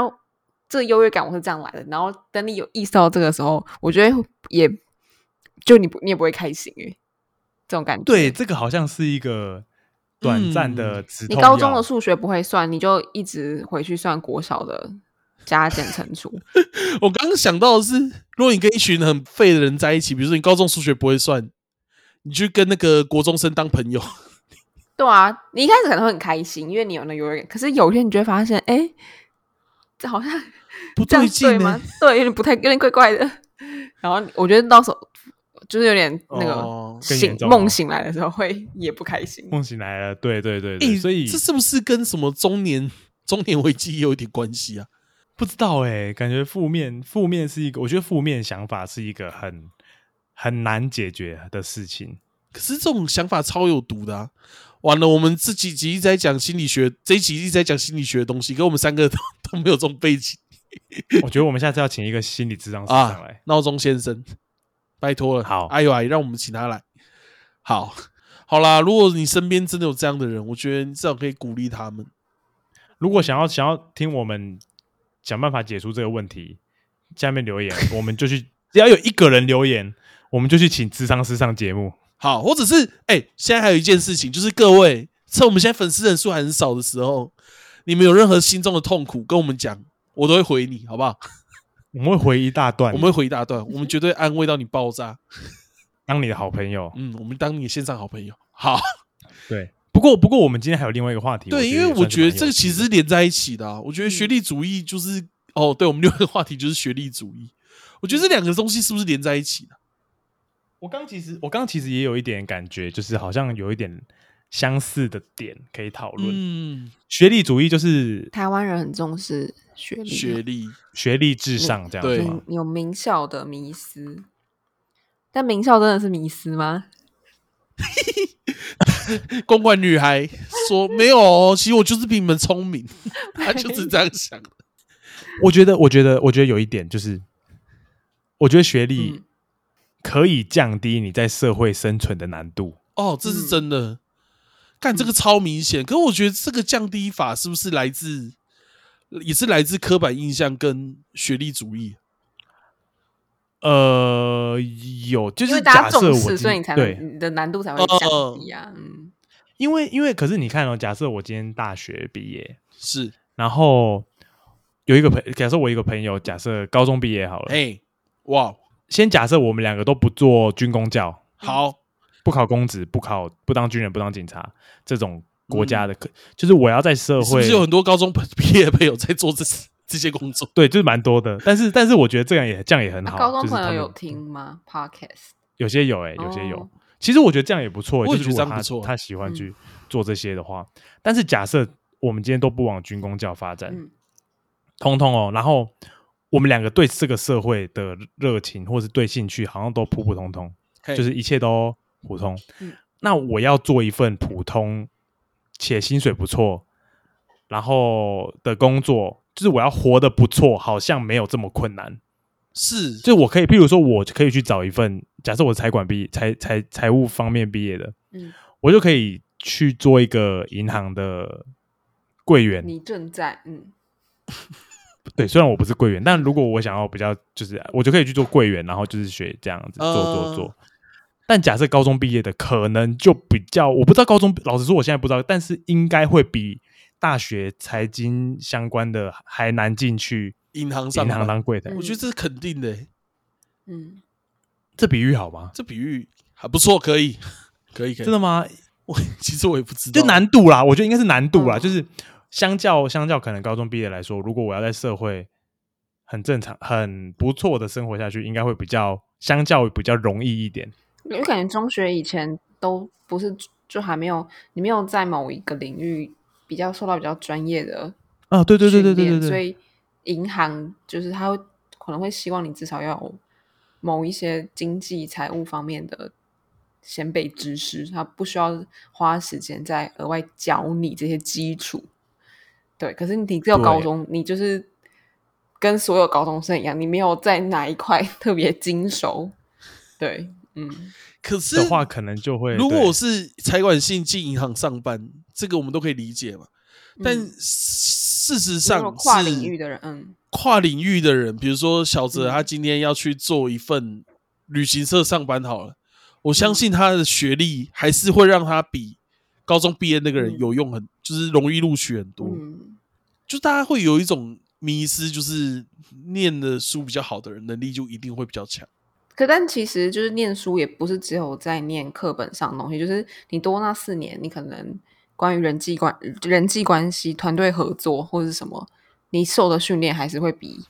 [SPEAKER 1] 这个优越感我是这样来的。然后等你有意识到这个时候，我觉得也就你不你也不会开心诶、这种感觉。
[SPEAKER 3] 对，这个好像是一个短暂
[SPEAKER 2] 嗯
[SPEAKER 3] 的止
[SPEAKER 1] 你
[SPEAKER 3] 痛
[SPEAKER 1] 高中
[SPEAKER 3] 药
[SPEAKER 1] 的数学不会算，你就一直回去算国小的加减乘除。
[SPEAKER 2] 我刚刚想到的是，如果你跟一群很废的人在一起，比如说你高中数学不会算，你去跟那个国中生当朋友，
[SPEAKER 1] 对啊，你一开始可能会很开心，因为你有那优越感。可是有一天你就会发现，哎，这好像
[SPEAKER 2] 不
[SPEAKER 1] 这样
[SPEAKER 2] 劲
[SPEAKER 1] 对
[SPEAKER 2] 呢、
[SPEAKER 1] 吗？对，有点不太，有点怪怪的。然后我觉得到时候就是有点那
[SPEAKER 2] 哦
[SPEAKER 1] 个
[SPEAKER 3] 更
[SPEAKER 1] 醒、
[SPEAKER 3] 严重嗯哦
[SPEAKER 1] 梦醒来的时候会也不开心。
[SPEAKER 3] 梦醒来了，对对对对，
[SPEAKER 2] 诶
[SPEAKER 3] 所以
[SPEAKER 2] 这是不是跟什么中年 [LAUGHS] 中年危机也有一点关系啊？
[SPEAKER 3] 不知道哎、感觉负面负面是一个，我觉得负面想法是一个很很难解决的事情。
[SPEAKER 2] 可是这种想法超有毒的、啊。完了，我们 [LAUGHS] 这几集一直在讲心理学，这一集一直在讲心理学的东西，跟我们三个都都没有这种背景。
[SPEAKER 3] 我觉得我们下次要请一个心理智商师上
[SPEAKER 2] 啊
[SPEAKER 3] 来，，
[SPEAKER 2] 闹钟先生，拜托了。
[SPEAKER 3] 哎好
[SPEAKER 2] 哎呦哎，让我们请他来。好，好啦，如果你身边真的有这样的人，我觉得你至少可以鼓励他们。
[SPEAKER 3] 如果想要想要听我们想办法解除这个问题，下面留言，我们就去，只要有一个人留言，我们就去请智商师上节目。
[SPEAKER 2] 好，或者是哎、现在还有一件事情，就是各位趁我们现在粉丝人数还很少的时候，你们有任何心中的痛苦跟我们讲，我都会回你，好不好？
[SPEAKER 3] 我们会回一大段，
[SPEAKER 2] 我们会回一大段，我们绝对安慰到你爆炸。
[SPEAKER 3] 当你的好朋友。
[SPEAKER 2] 嗯，我们当你的线上好朋友。好，
[SPEAKER 3] 对，不过不过我们今天还 [LAUGHS] 有另外一个话题，
[SPEAKER 2] 对，因为
[SPEAKER 3] 也
[SPEAKER 2] 我
[SPEAKER 3] 算是
[SPEAKER 2] 觉
[SPEAKER 3] 蛮
[SPEAKER 2] 得这个
[SPEAKER 3] 有趣
[SPEAKER 2] 其
[SPEAKER 3] 的嗯
[SPEAKER 2] 实是连在一起的、啊。我觉得学历主义就是、哦，对，我们另外一个话题就是学历主义。我觉得这两个东西是不是连在一起的？
[SPEAKER 3] 我刚其实我刚其实也有一点感觉，就是好像有一点相似的点可以讨论。
[SPEAKER 2] 嗯，
[SPEAKER 3] 学历主义就是
[SPEAKER 1] 台湾人很重视学历，
[SPEAKER 2] 学历，
[SPEAKER 3] 学历至上这样子
[SPEAKER 2] 对
[SPEAKER 3] 吗？
[SPEAKER 1] 有有名校的迷思，但名校真的是迷思吗？
[SPEAKER 2] 公关女孩说没有哦，其实我就是比你们聪
[SPEAKER 3] [LAUGHS]
[SPEAKER 2] 明，她就是这样想的。
[SPEAKER 3] 我觉得，我觉得，我觉得有一点就是，我觉得学历
[SPEAKER 1] 嗯
[SPEAKER 3] 可以降低你在社会生存的难度。
[SPEAKER 2] 哦，这是真的。干这个超明显，可是我觉得这个降低法是不是来自，也是来自刻板印象跟学历主义？
[SPEAKER 3] 呃，有就
[SPEAKER 1] 因为
[SPEAKER 3] 是
[SPEAKER 1] 大家
[SPEAKER 3] 假设
[SPEAKER 1] 重
[SPEAKER 3] 我
[SPEAKER 1] 视，
[SPEAKER 3] 今
[SPEAKER 1] 所以你才
[SPEAKER 3] 对，哦
[SPEAKER 1] 能你的难度才会降低啊。嗯，
[SPEAKER 3] 因为因为可是你看哦，假设我今天大学毕业，
[SPEAKER 2] 是，
[SPEAKER 3] 然后有一个朋，假设我有一个朋友，假设高中毕业好了，
[SPEAKER 2] 哎，哇，
[SPEAKER 3] 先假设我们两个都不做军工教，
[SPEAKER 2] 好，
[SPEAKER 3] 不考公职，不考不当军人，不当警察这种国家的，可就是我要在社
[SPEAKER 2] 嗯是不
[SPEAKER 3] 会
[SPEAKER 2] 是有很多高中毕业的朋友在做这 [LAUGHS] 这些工作？
[SPEAKER 3] 对，就是蛮多的。但是但是我觉得这样也这样也很
[SPEAKER 1] 那
[SPEAKER 3] 好。
[SPEAKER 1] 高中
[SPEAKER 3] 就是
[SPEAKER 1] 朋
[SPEAKER 3] 他
[SPEAKER 1] 友
[SPEAKER 3] 们
[SPEAKER 1] 有听吗？Podcast
[SPEAKER 3] 有些有哎、有些有。
[SPEAKER 1] 哦
[SPEAKER 3] 其实我觉得这样也不错、
[SPEAKER 2] 我
[SPEAKER 3] 欸，
[SPEAKER 2] 也
[SPEAKER 3] 就是
[SPEAKER 2] 觉
[SPEAKER 3] 如
[SPEAKER 2] 得
[SPEAKER 3] 果
[SPEAKER 2] 这样
[SPEAKER 3] 他
[SPEAKER 2] 不错
[SPEAKER 3] 他喜欢
[SPEAKER 1] 嗯
[SPEAKER 3] 去做这些的话，但是假设我们今天都不往军工教发展，
[SPEAKER 1] 嗯
[SPEAKER 3] 通通哦，然后我们两个对这个社会的热情或是对兴趣好像都普普通通，
[SPEAKER 2] 嘿
[SPEAKER 3] 就是一切都普通。
[SPEAKER 1] 嗯
[SPEAKER 3] 那我要做一份普通且薪水不错，然后的工作，就是我要活得不错，好像没有这么困难。
[SPEAKER 2] 是，
[SPEAKER 3] 就我可以，譬如说，我可以去找一份，假设我财管毕业、财财财务方面毕业的，
[SPEAKER 1] 嗯，
[SPEAKER 3] 我就可以去做一个银行的柜员。
[SPEAKER 1] 你正在嗯
[SPEAKER 3] 对，虽然我不是柜员，但如果我想要比较，就是我就可以去做柜员，然后就是学这样子做做做。
[SPEAKER 2] 嗯
[SPEAKER 3] 但假设高中毕业的，可能就比较，我不知道高中，老实说，我现在不知道，但是应该会比大学财经相关的还难进去
[SPEAKER 2] 银行上
[SPEAKER 3] 银行
[SPEAKER 2] 班嗯
[SPEAKER 3] 当柜台。
[SPEAKER 2] 我觉得这是肯定的欸、
[SPEAKER 1] 嗯，
[SPEAKER 3] 这比喻好吗？
[SPEAKER 2] 这比喻还不错，可以， [LAUGHS] 可以，可以。
[SPEAKER 3] 真的，吗？
[SPEAKER 2] 我 [LAUGHS] 其实我也不知道，
[SPEAKER 3] 就难度啦，我觉得应该是难度啦，
[SPEAKER 1] 嗯
[SPEAKER 3] 就是相较相较可能高中毕业来说，如果我要在社会很正常、很不错的生活下去，应该会比较相较比较容易一点。
[SPEAKER 1] 因为感觉中学以前都不是就还没有你没有在某一个领域比较受到比较专业的
[SPEAKER 3] 啊，对对对对
[SPEAKER 1] 训
[SPEAKER 3] 对
[SPEAKER 1] 练，
[SPEAKER 3] 对
[SPEAKER 1] 所
[SPEAKER 3] 对，
[SPEAKER 1] 以银行就是他会可能会希望你至少要有某一些经济财务方面的先辈知识，他不需要花时间再额外教你这些基础。对，可是你只有
[SPEAKER 3] 对
[SPEAKER 1] 高中，你就是跟所有高中生一样，你没有在哪一块 [LAUGHS] 特别精熟。对，嗯，
[SPEAKER 2] 可是
[SPEAKER 3] 的话可能就会。
[SPEAKER 2] 如果我
[SPEAKER 3] 对
[SPEAKER 2] 是财管性进银行上班，这个我们都可以理解嘛。但
[SPEAKER 1] 嗯
[SPEAKER 2] 事实
[SPEAKER 1] 如果
[SPEAKER 2] 上，
[SPEAKER 1] 跨领域的人，嗯，
[SPEAKER 2] 跨领域的人，比如说小泽，
[SPEAKER 1] 嗯
[SPEAKER 2] 他今天要去做一份旅行社上班好了，
[SPEAKER 1] 嗯
[SPEAKER 2] 我相信他的学历还是会让他比高中毕业那个人
[SPEAKER 1] 嗯
[SPEAKER 2] 有用很，就是容易录取很多。
[SPEAKER 1] 嗯，
[SPEAKER 2] 就大家会有一种迷失，就是念的书比较好的人，能力就一定会比较强。
[SPEAKER 1] 可但其实就是念书也不是只有在念课本上的东西，就是你多那四年，你可能关于人际关人际关系、团队合作或是什么，你受的训练还是会比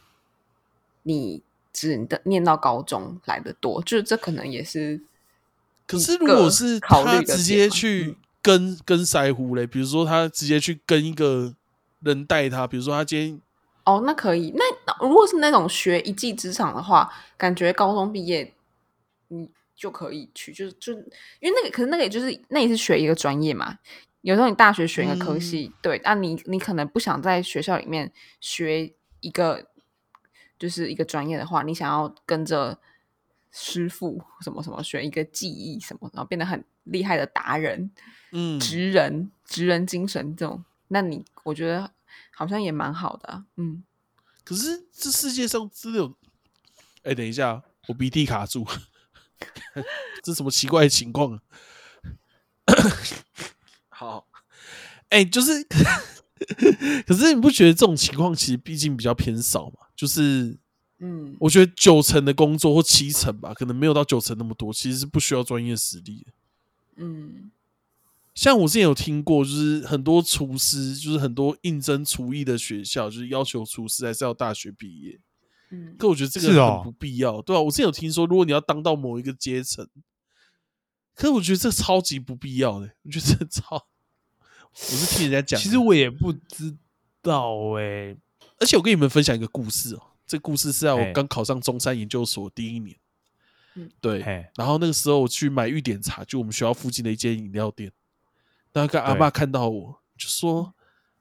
[SPEAKER 1] 你只的念到高中来的多。就是这可能也是
[SPEAKER 2] 可
[SPEAKER 1] 一
[SPEAKER 2] 是如
[SPEAKER 1] 个
[SPEAKER 2] 果是
[SPEAKER 1] 考虑
[SPEAKER 2] 他
[SPEAKER 1] 的点
[SPEAKER 2] 直接
[SPEAKER 1] 嘛
[SPEAKER 2] 去
[SPEAKER 1] 嗯
[SPEAKER 2] 跟跟腮胡嘞，比如说他直接去跟一个人带他，比如说他今天
[SPEAKER 1] 哦，那可以。那那如果是那种学一技之长的话，感觉高中毕业你就可以去，就是就因为那个，可是那个也就是那也是学一个专业嘛。有时候你大学选一个科
[SPEAKER 2] 嗯
[SPEAKER 1] 系，对，那、你你可能不想在学校里面学一个就是一个专业的话，你想要跟着师傅什么什么学一个技艺什么，然后变得很厉害的达人、
[SPEAKER 2] 嗯，
[SPEAKER 1] 职人、职人精神这种，那你我觉得好像也蛮好的啊、嗯，
[SPEAKER 2] 可是这世界上真的有……哎、等一下，我鼻涕卡住， [LAUGHS] 这什么奇怪的情况
[SPEAKER 1] [COUGHS]
[SPEAKER 2] 啊？好，哎、就是， [LAUGHS] 可是你不觉得这种情况其实毕竟比较偏少嘛？就是
[SPEAKER 1] 嗯，
[SPEAKER 2] 我觉得九成的工作或七成吧，可能没有到九成那么多，其实是不需要专业实力的。
[SPEAKER 1] 嗯，
[SPEAKER 2] 像我之前有听过，就是很多厨师，就是很多应征厨艺的学校，就是要求厨师还是要大学毕业。
[SPEAKER 1] 嗯，
[SPEAKER 2] 可我觉得这个
[SPEAKER 3] 是
[SPEAKER 2] 很
[SPEAKER 3] 哦
[SPEAKER 2] 不必要，对啊吧、我之前有听说，如果你要当到某一个阶层，可我觉得这超级不必要的，我觉得这超， [LAUGHS] 我是听人家讲的。
[SPEAKER 3] 其实我也不知道哎、
[SPEAKER 2] 而且我跟你们分享一个故事哦，这故事是在我
[SPEAKER 3] 嘿
[SPEAKER 2] 刚考上中山研究所第一年
[SPEAKER 1] 嗯，
[SPEAKER 2] 对，
[SPEAKER 3] 嘿，
[SPEAKER 2] 然后那个时候我去买玉点茶，就我们学校附近的一间饮料店。那个阿
[SPEAKER 3] 对
[SPEAKER 2] 嬷看到我就说：“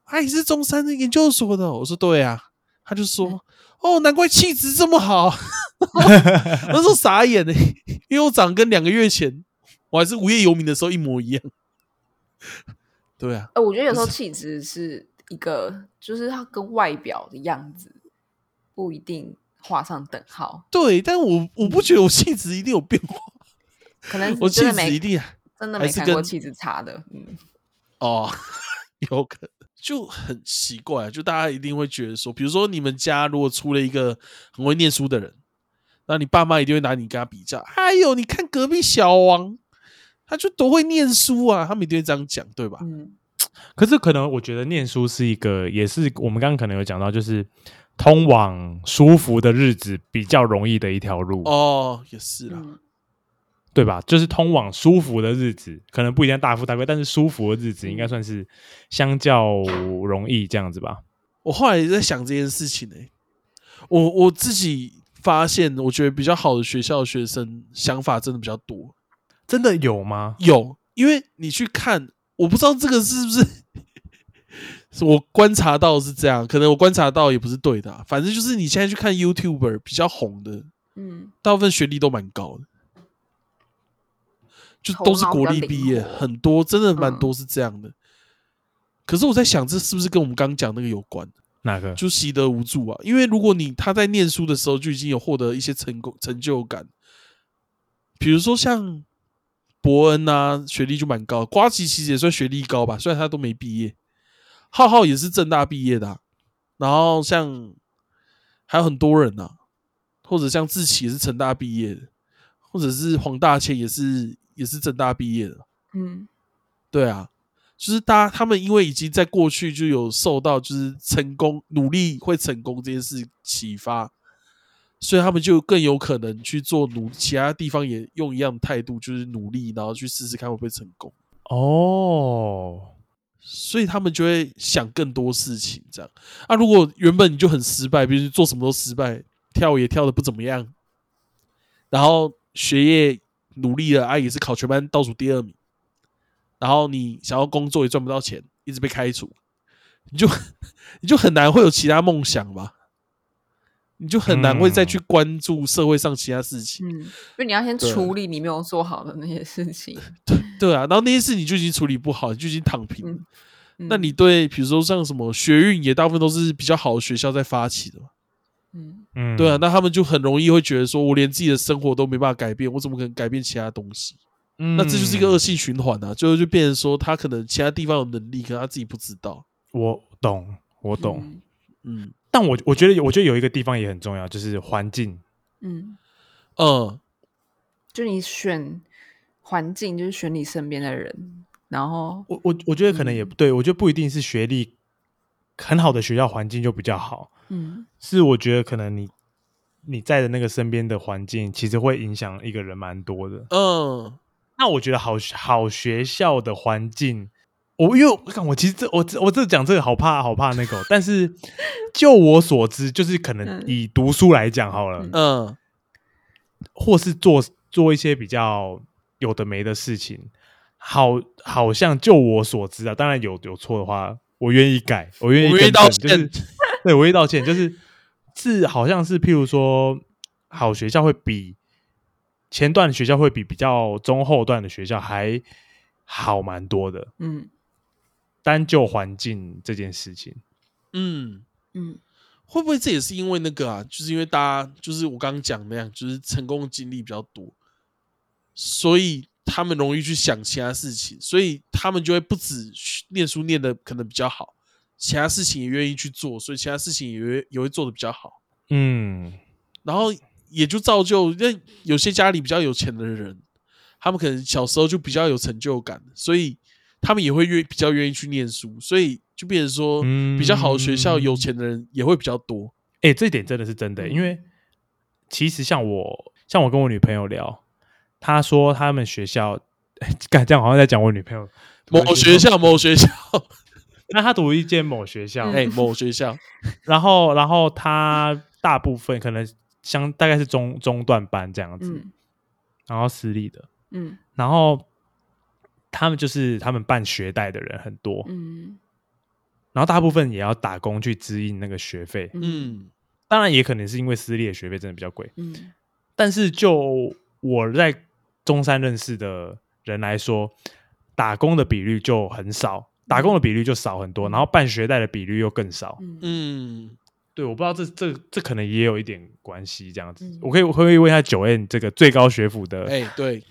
[SPEAKER 2] 哎，你是中山的研究所的哦？”我说：“对啊。”他就说：“哦，难怪气质这么好。” [LAUGHS] 那时候傻眼呢、因为我长得跟两个月前我还是无业游民的时候一模一样。 [LAUGHS] 对啊，
[SPEAKER 1] 呃，我觉得有时候气质是一个，就是它跟外表的样子不一定画上等号，
[SPEAKER 2] 对，但我我不觉得我气质一定有变化，
[SPEAKER 1] 可能
[SPEAKER 2] [LAUGHS] 我
[SPEAKER 1] 你真
[SPEAKER 2] 气
[SPEAKER 1] 的
[SPEAKER 2] 质
[SPEAKER 1] 没
[SPEAKER 2] 一定啊
[SPEAKER 1] 真的
[SPEAKER 2] 还
[SPEAKER 1] 没
[SPEAKER 2] 是
[SPEAKER 1] 看过
[SPEAKER 2] 跟
[SPEAKER 1] 气质差的，嗯，
[SPEAKER 2] 哦，有可能就很奇怪啊，就大家一定会觉得说，比如说你们家如果出了一个很会念书的人，那你爸妈一定会拿你跟他比较。哎呦，你看隔壁小王，他就多会念书啊，他们一定会这样讲，对吧？
[SPEAKER 1] 嗯
[SPEAKER 3] 可是可能我觉得念书是一个，也是我们刚刚可能有讲到，就是通往舒服的日子比较容易的一条路，
[SPEAKER 2] 哦，也是啦，
[SPEAKER 1] 嗯
[SPEAKER 3] 对吧？就是通往舒服的日子，可能不一定要大富大贵，但是舒服的日子
[SPEAKER 1] 嗯
[SPEAKER 3] 应该算是相较容易这样子吧。
[SPEAKER 2] 我后来也在想这件事情呢、欸我我自己发现，我觉得比较好的学校的学生想法真的比较多，
[SPEAKER 3] 真的有吗？
[SPEAKER 2] 有，因为你去看，我不知道这个是不是是我观察到是这样，可能我观察到也不是对的啊、反正就是你现在去看 YouTuber 比较红的，
[SPEAKER 1] 嗯，
[SPEAKER 2] 大部分学历都蛮高的，就都是国立毕业，
[SPEAKER 1] 头脑比较灵活
[SPEAKER 2] 很多真的蛮
[SPEAKER 1] 嗯
[SPEAKER 2] 多是这样的。可是我在想，这是不是跟我们刚刚讲那个有关？
[SPEAKER 3] 哪个？
[SPEAKER 2] 就习得无助啊。因为如果你他在念书的时候就已经有获得一些成功成就感，比如说像伯恩啊，学历就蛮高，瓜吉其实也算学历高吧，虽然他都没毕业，浩浩也是正大毕业的啊、然后像还有很多人啊，或者像志奇也是成大毕业的，或者是黄大千也是也是正大毕业的，
[SPEAKER 1] 嗯
[SPEAKER 2] 对啊，就是大家他们因为已经在过去就有受到就是成功努力会成功这件事启发，所以他们就更有可能去做努其他地方也用一样的态度，就是努力，然后去试试看会不会成功。
[SPEAKER 3] 哦，
[SPEAKER 2] 所以他们就会想更多事情，这样。啊，如果原本你就很失败，比如做什么都失败，跳也跳的不怎么样，然后学业努力了，啊也是考全班倒数第二名，然后你想要工作也赚不到钱，一直被开除，你就 [LAUGHS] 你就很难会有其他梦想吧？你就很难会再去关注社会上其他事情，
[SPEAKER 1] 嗯，因为你要先
[SPEAKER 2] 对
[SPEAKER 1] 处理你没有做好的那些事
[SPEAKER 2] [LAUGHS]
[SPEAKER 1] 情，
[SPEAKER 2] 对啊。然后那些事你就已经处理不好，你就已经躺平了。
[SPEAKER 1] 嗯
[SPEAKER 2] 那
[SPEAKER 1] 嗯
[SPEAKER 2] 你对比如说像什么学运，也大部分都是比较好的学校在发起的嘛，
[SPEAKER 1] 嗯
[SPEAKER 3] 嗯，
[SPEAKER 2] 对啊，，那他们就很容易会觉得说，我连自己的生活都没办法改变，我怎么可能改变其他东西？
[SPEAKER 3] 那
[SPEAKER 2] 那这就是一
[SPEAKER 3] 嗯
[SPEAKER 2] 个恶性循环啊，最后就变成说他可能其他地方有能力，可能他自己不知道。
[SPEAKER 3] 我懂，我懂。
[SPEAKER 1] 嗯
[SPEAKER 2] 嗯
[SPEAKER 3] 但我我觉得有，我觉得有一个地方也很重要，就是环境。
[SPEAKER 1] 嗯，
[SPEAKER 2] 嗯，
[SPEAKER 1] 就你选环境，就是选你身边的人，然后
[SPEAKER 3] 我我我觉得可能也
[SPEAKER 1] 嗯
[SPEAKER 3] 不对，我觉得不一定是学历很好的学校环境就比较好，
[SPEAKER 1] 嗯
[SPEAKER 3] 是我觉得可能你你在的那个身边的环境，其实会影响一个人蛮多的。
[SPEAKER 2] 嗯，
[SPEAKER 3] 那我觉得好好学校的环境，我因为我看我其实这我这我这讲这个好怕好怕那个哦，但是就我所知，就是可能
[SPEAKER 1] 嗯
[SPEAKER 3] 以读书来讲好了，
[SPEAKER 1] 嗯
[SPEAKER 2] 嗯，
[SPEAKER 3] 或是做做一些比较有的没的事情，好，好像就我所知啊，当然有有错的话，我愿意改，我愿意
[SPEAKER 2] 我愿意
[SPEAKER 3] 更正
[SPEAKER 2] 道歉
[SPEAKER 3] 就是、对我愿意道歉，就是是好像是譬如说，好学校会比前段学校会比比较中后段的学校还好蛮多的，
[SPEAKER 1] 嗯
[SPEAKER 3] 单就环境这件事情，
[SPEAKER 2] 嗯，
[SPEAKER 1] 嗯
[SPEAKER 2] 会不会这也是因为那个啊？就是因为大家就是我刚刚讲那样，就是成功的经历比较多，所以他们容易去想其他事情，所以他们就会不止念书念的可能比较好，其他事情也愿意去做，所以其他事情也会也会做的比较好。
[SPEAKER 3] 嗯，
[SPEAKER 2] 然后也就造就那有些家里比较有钱的人，他们可能小时候就比较有成就感，所以他们也会愿比较愿意去念书，所以就变成说，
[SPEAKER 3] 嗯
[SPEAKER 2] 比较好的学校有钱的人也会比较多。
[SPEAKER 3] 哎、这一点真的是真的欸、
[SPEAKER 1] 嗯
[SPEAKER 3] 因为其实像我，像我跟我女朋友聊，她说他们学校，干这样好像在讲我女朋友
[SPEAKER 2] 某学，校，某学校，
[SPEAKER 3] 那她读一间某学
[SPEAKER 1] 嗯
[SPEAKER 3] 校，
[SPEAKER 2] 哎，某学校，
[SPEAKER 3] 然后然后她大部分可能相大概是中中段班这样子，
[SPEAKER 1] 嗯
[SPEAKER 3] 然后私立的，
[SPEAKER 1] 嗯
[SPEAKER 3] 然后他们就是他们办学贷的人很多，
[SPEAKER 1] 嗯
[SPEAKER 3] 然后大部分也要打工去支应那个学费，
[SPEAKER 1] 嗯
[SPEAKER 2] 嗯
[SPEAKER 3] 当然也可能是因为私立的学费真的比较贵，
[SPEAKER 1] 嗯
[SPEAKER 3] 但是就我在中山认识的人来说，打工的比率就很少，打工的比率就少很多，然后办学贷的比率又更少。
[SPEAKER 1] 嗯
[SPEAKER 2] 嗯，
[SPEAKER 3] 对，我不知道这这这可能也有一点关系，这样子。
[SPEAKER 1] 嗯
[SPEAKER 3] 我可以我可以问一下九 N 这个最高学府的
[SPEAKER 2] 哎，对，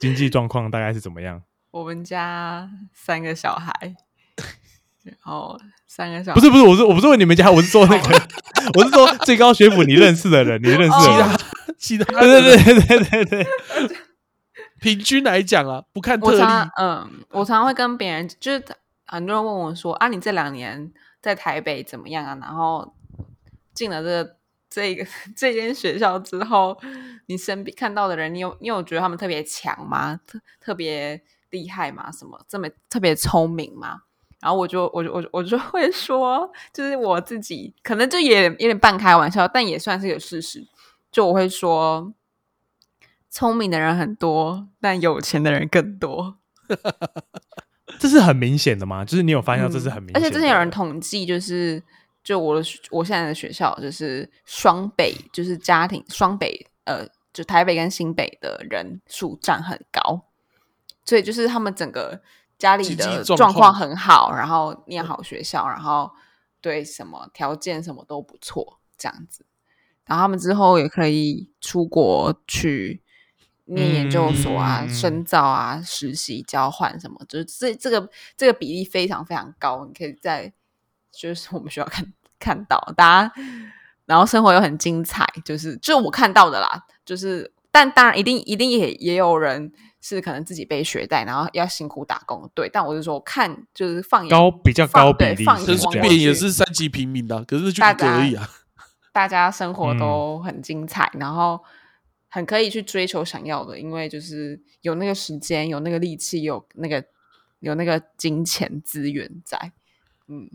[SPEAKER 3] 经济状况大概是怎么样？
[SPEAKER 1] 我们家三个小孩，然后三个小
[SPEAKER 3] 不是不是，我是我不是问你们家，我是说那
[SPEAKER 1] [LAUGHS]
[SPEAKER 3] 个，我是说最高学府你认识的人，你认识的人
[SPEAKER 1] 哦。
[SPEAKER 2] 其他
[SPEAKER 3] 对对对对对对对，
[SPEAKER 2] 平均来讲啊，不看特
[SPEAKER 1] 我常
[SPEAKER 2] 例，
[SPEAKER 1] 嗯，我常常会跟别人，就是很多人问我说啊，你这两年在台北怎么样啊？然后进了这个这个这间学校之后，你身边看到的人，你有你有觉得他们特别强吗？特特别厉害吗？什么这么特别聪明吗？然后我就我就我就我就会说，就是我自己可能就也有点半开玩笑，但也算是有事实。就我会说，聪明的人很多，但有钱的人更多。
[SPEAKER 3] 这是很明显的吗？就是你有发现到这是很明显
[SPEAKER 1] 嗯而
[SPEAKER 3] 的、
[SPEAKER 1] 且之前有人统计，就是就我的学我现在的学校，就是双北，就是家庭双北，呃，就台北跟新北的人数占很高，所以就是他们整个家里
[SPEAKER 2] 经济
[SPEAKER 1] 的
[SPEAKER 2] 状
[SPEAKER 1] 状况
[SPEAKER 2] 况
[SPEAKER 1] 很好，然后念好学校，然后对什么条件什么都不错，这样子。然后他们之后也可以出国去念研究所啊、
[SPEAKER 3] 嗯
[SPEAKER 1] 深造啊、实习交换什么，就是这这个这个比例非常非常高，你可以在就是我们学校看看到大家，然后生活又很精彩，就是就我看到的啦，就是但当然一定一定也也有人是可能自己背学贷，然后要辛苦打工，对，但我是说我看就是放眼
[SPEAKER 3] 高比较
[SPEAKER 1] 放
[SPEAKER 3] 高比
[SPEAKER 1] 对
[SPEAKER 3] 例
[SPEAKER 1] 放
[SPEAKER 3] 是
[SPEAKER 2] 这
[SPEAKER 1] 眼
[SPEAKER 3] 这
[SPEAKER 2] 说
[SPEAKER 1] 望
[SPEAKER 2] 不
[SPEAKER 3] 样
[SPEAKER 1] 过
[SPEAKER 2] 定也
[SPEAKER 1] 去
[SPEAKER 2] 是三级平民的啊，可是就
[SPEAKER 1] 大
[SPEAKER 2] 一个而已
[SPEAKER 1] 家
[SPEAKER 2] 啊。
[SPEAKER 1] 大家生
[SPEAKER 2] 嗯
[SPEAKER 1] 活都很精彩，然后很可以去追求想要的，因为就是有那个时间，有那个力气，有那个有那个金钱资源在。嗯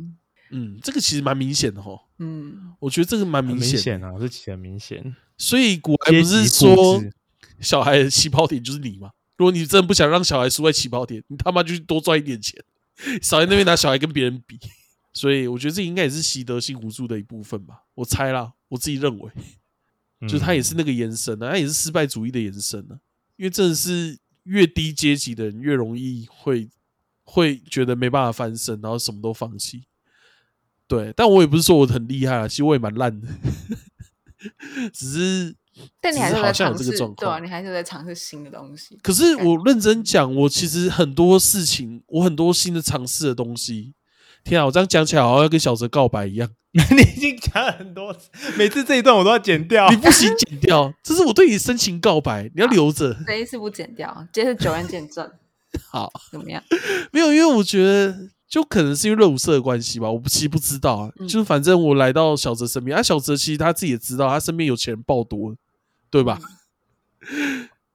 [SPEAKER 2] 嗯，这个其实蛮明显的哦，
[SPEAKER 1] 嗯
[SPEAKER 2] 我觉得这个蛮
[SPEAKER 3] 很
[SPEAKER 2] 明
[SPEAKER 3] 明
[SPEAKER 2] 显的。
[SPEAKER 3] 显啊，这其实很明显。
[SPEAKER 2] 所以古来不
[SPEAKER 3] 阶
[SPEAKER 2] 是
[SPEAKER 3] 级
[SPEAKER 2] 说
[SPEAKER 3] 复制
[SPEAKER 2] 小孩的起跑点就是你吗？如果你真的不想让小孩输在起跑点，你他妈就去多赚一点钱，少在那边拿小孩跟别人比。所以我觉得这应该也是习得性无助的一部分吧，我猜啦，我自己认为，
[SPEAKER 3] 嗯
[SPEAKER 2] 就是它也是那个延伸啊，它也是失败主义的延伸啊。因为真的是越低阶级的人越容易会会觉得没办法翻身，然后什么都放弃。对，但我也不是说我很厉害啊，其实我也蛮烂的， [LAUGHS] 只是
[SPEAKER 1] 但你还是
[SPEAKER 2] 只是
[SPEAKER 1] 在
[SPEAKER 2] 好像有
[SPEAKER 1] 尝
[SPEAKER 2] 这个
[SPEAKER 1] 试
[SPEAKER 2] 状，
[SPEAKER 1] 对啊，
[SPEAKER 2] 况
[SPEAKER 1] 你还是在尝试新的东
[SPEAKER 2] [LAUGHS]
[SPEAKER 1] 西。
[SPEAKER 2] 可是
[SPEAKER 1] 感
[SPEAKER 2] 我认真讲，我其实很多事情，我很多新的尝试的东西。天啊，我这样讲起来好像要跟小哲告白一
[SPEAKER 1] [LAUGHS]
[SPEAKER 2] 样，
[SPEAKER 3] [LAUGHS] 你已经讲了很多次，每次这一段我都要剪掉
[SPEAKER 2] 你。不行剪掉，这是我对你深情告白，你要留着。
[SPEAKER 1] 这一次不剪掉，这是九人见证，
[SPEAKER 2] [LAUGHS] 好，
[SPEAKER 1] 怎么样？
[SPEAKER 2] 没有，因为我觉得就可能是因为热舞社的关系吧，我不其实不知道啊，
[SPEAKER 1] 嗯
[SPEAKER 2] 就是反正我来到小哲身边，啊，小哲其实他自己也知道，他身边有钱人爆多了，对吧？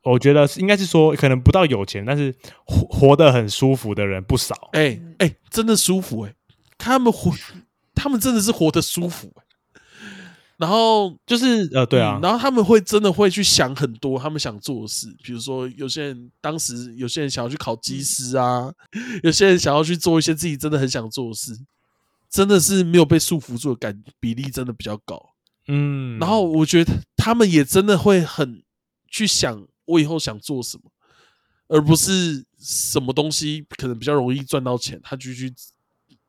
[SPEAKER 3] 我觉得是应该是说，可能不到有钱，但是活活得很舒服的人不少。
[SPEAKER 2] 哎、哎、真的舒服哎、他们活，他们真的是活得舒服、哎然后
[SPEAKER 3] 就是呃，对啊
[SPEAKER 2] 嗯，然后他们会真的会去想很多他们想做的事，比如说有些人当时有些人想要去考技师啊，有些人想要去做一些自己真的很想做的事，真的是没有被束缚住的感比例真的比较高。
[SPEAKER 3] 嗯，
[SPEAKER 2] 然后我觉得他们也真的会很去想我以后想做什么，而不是什么东西可能比较容易赚到钱，他就去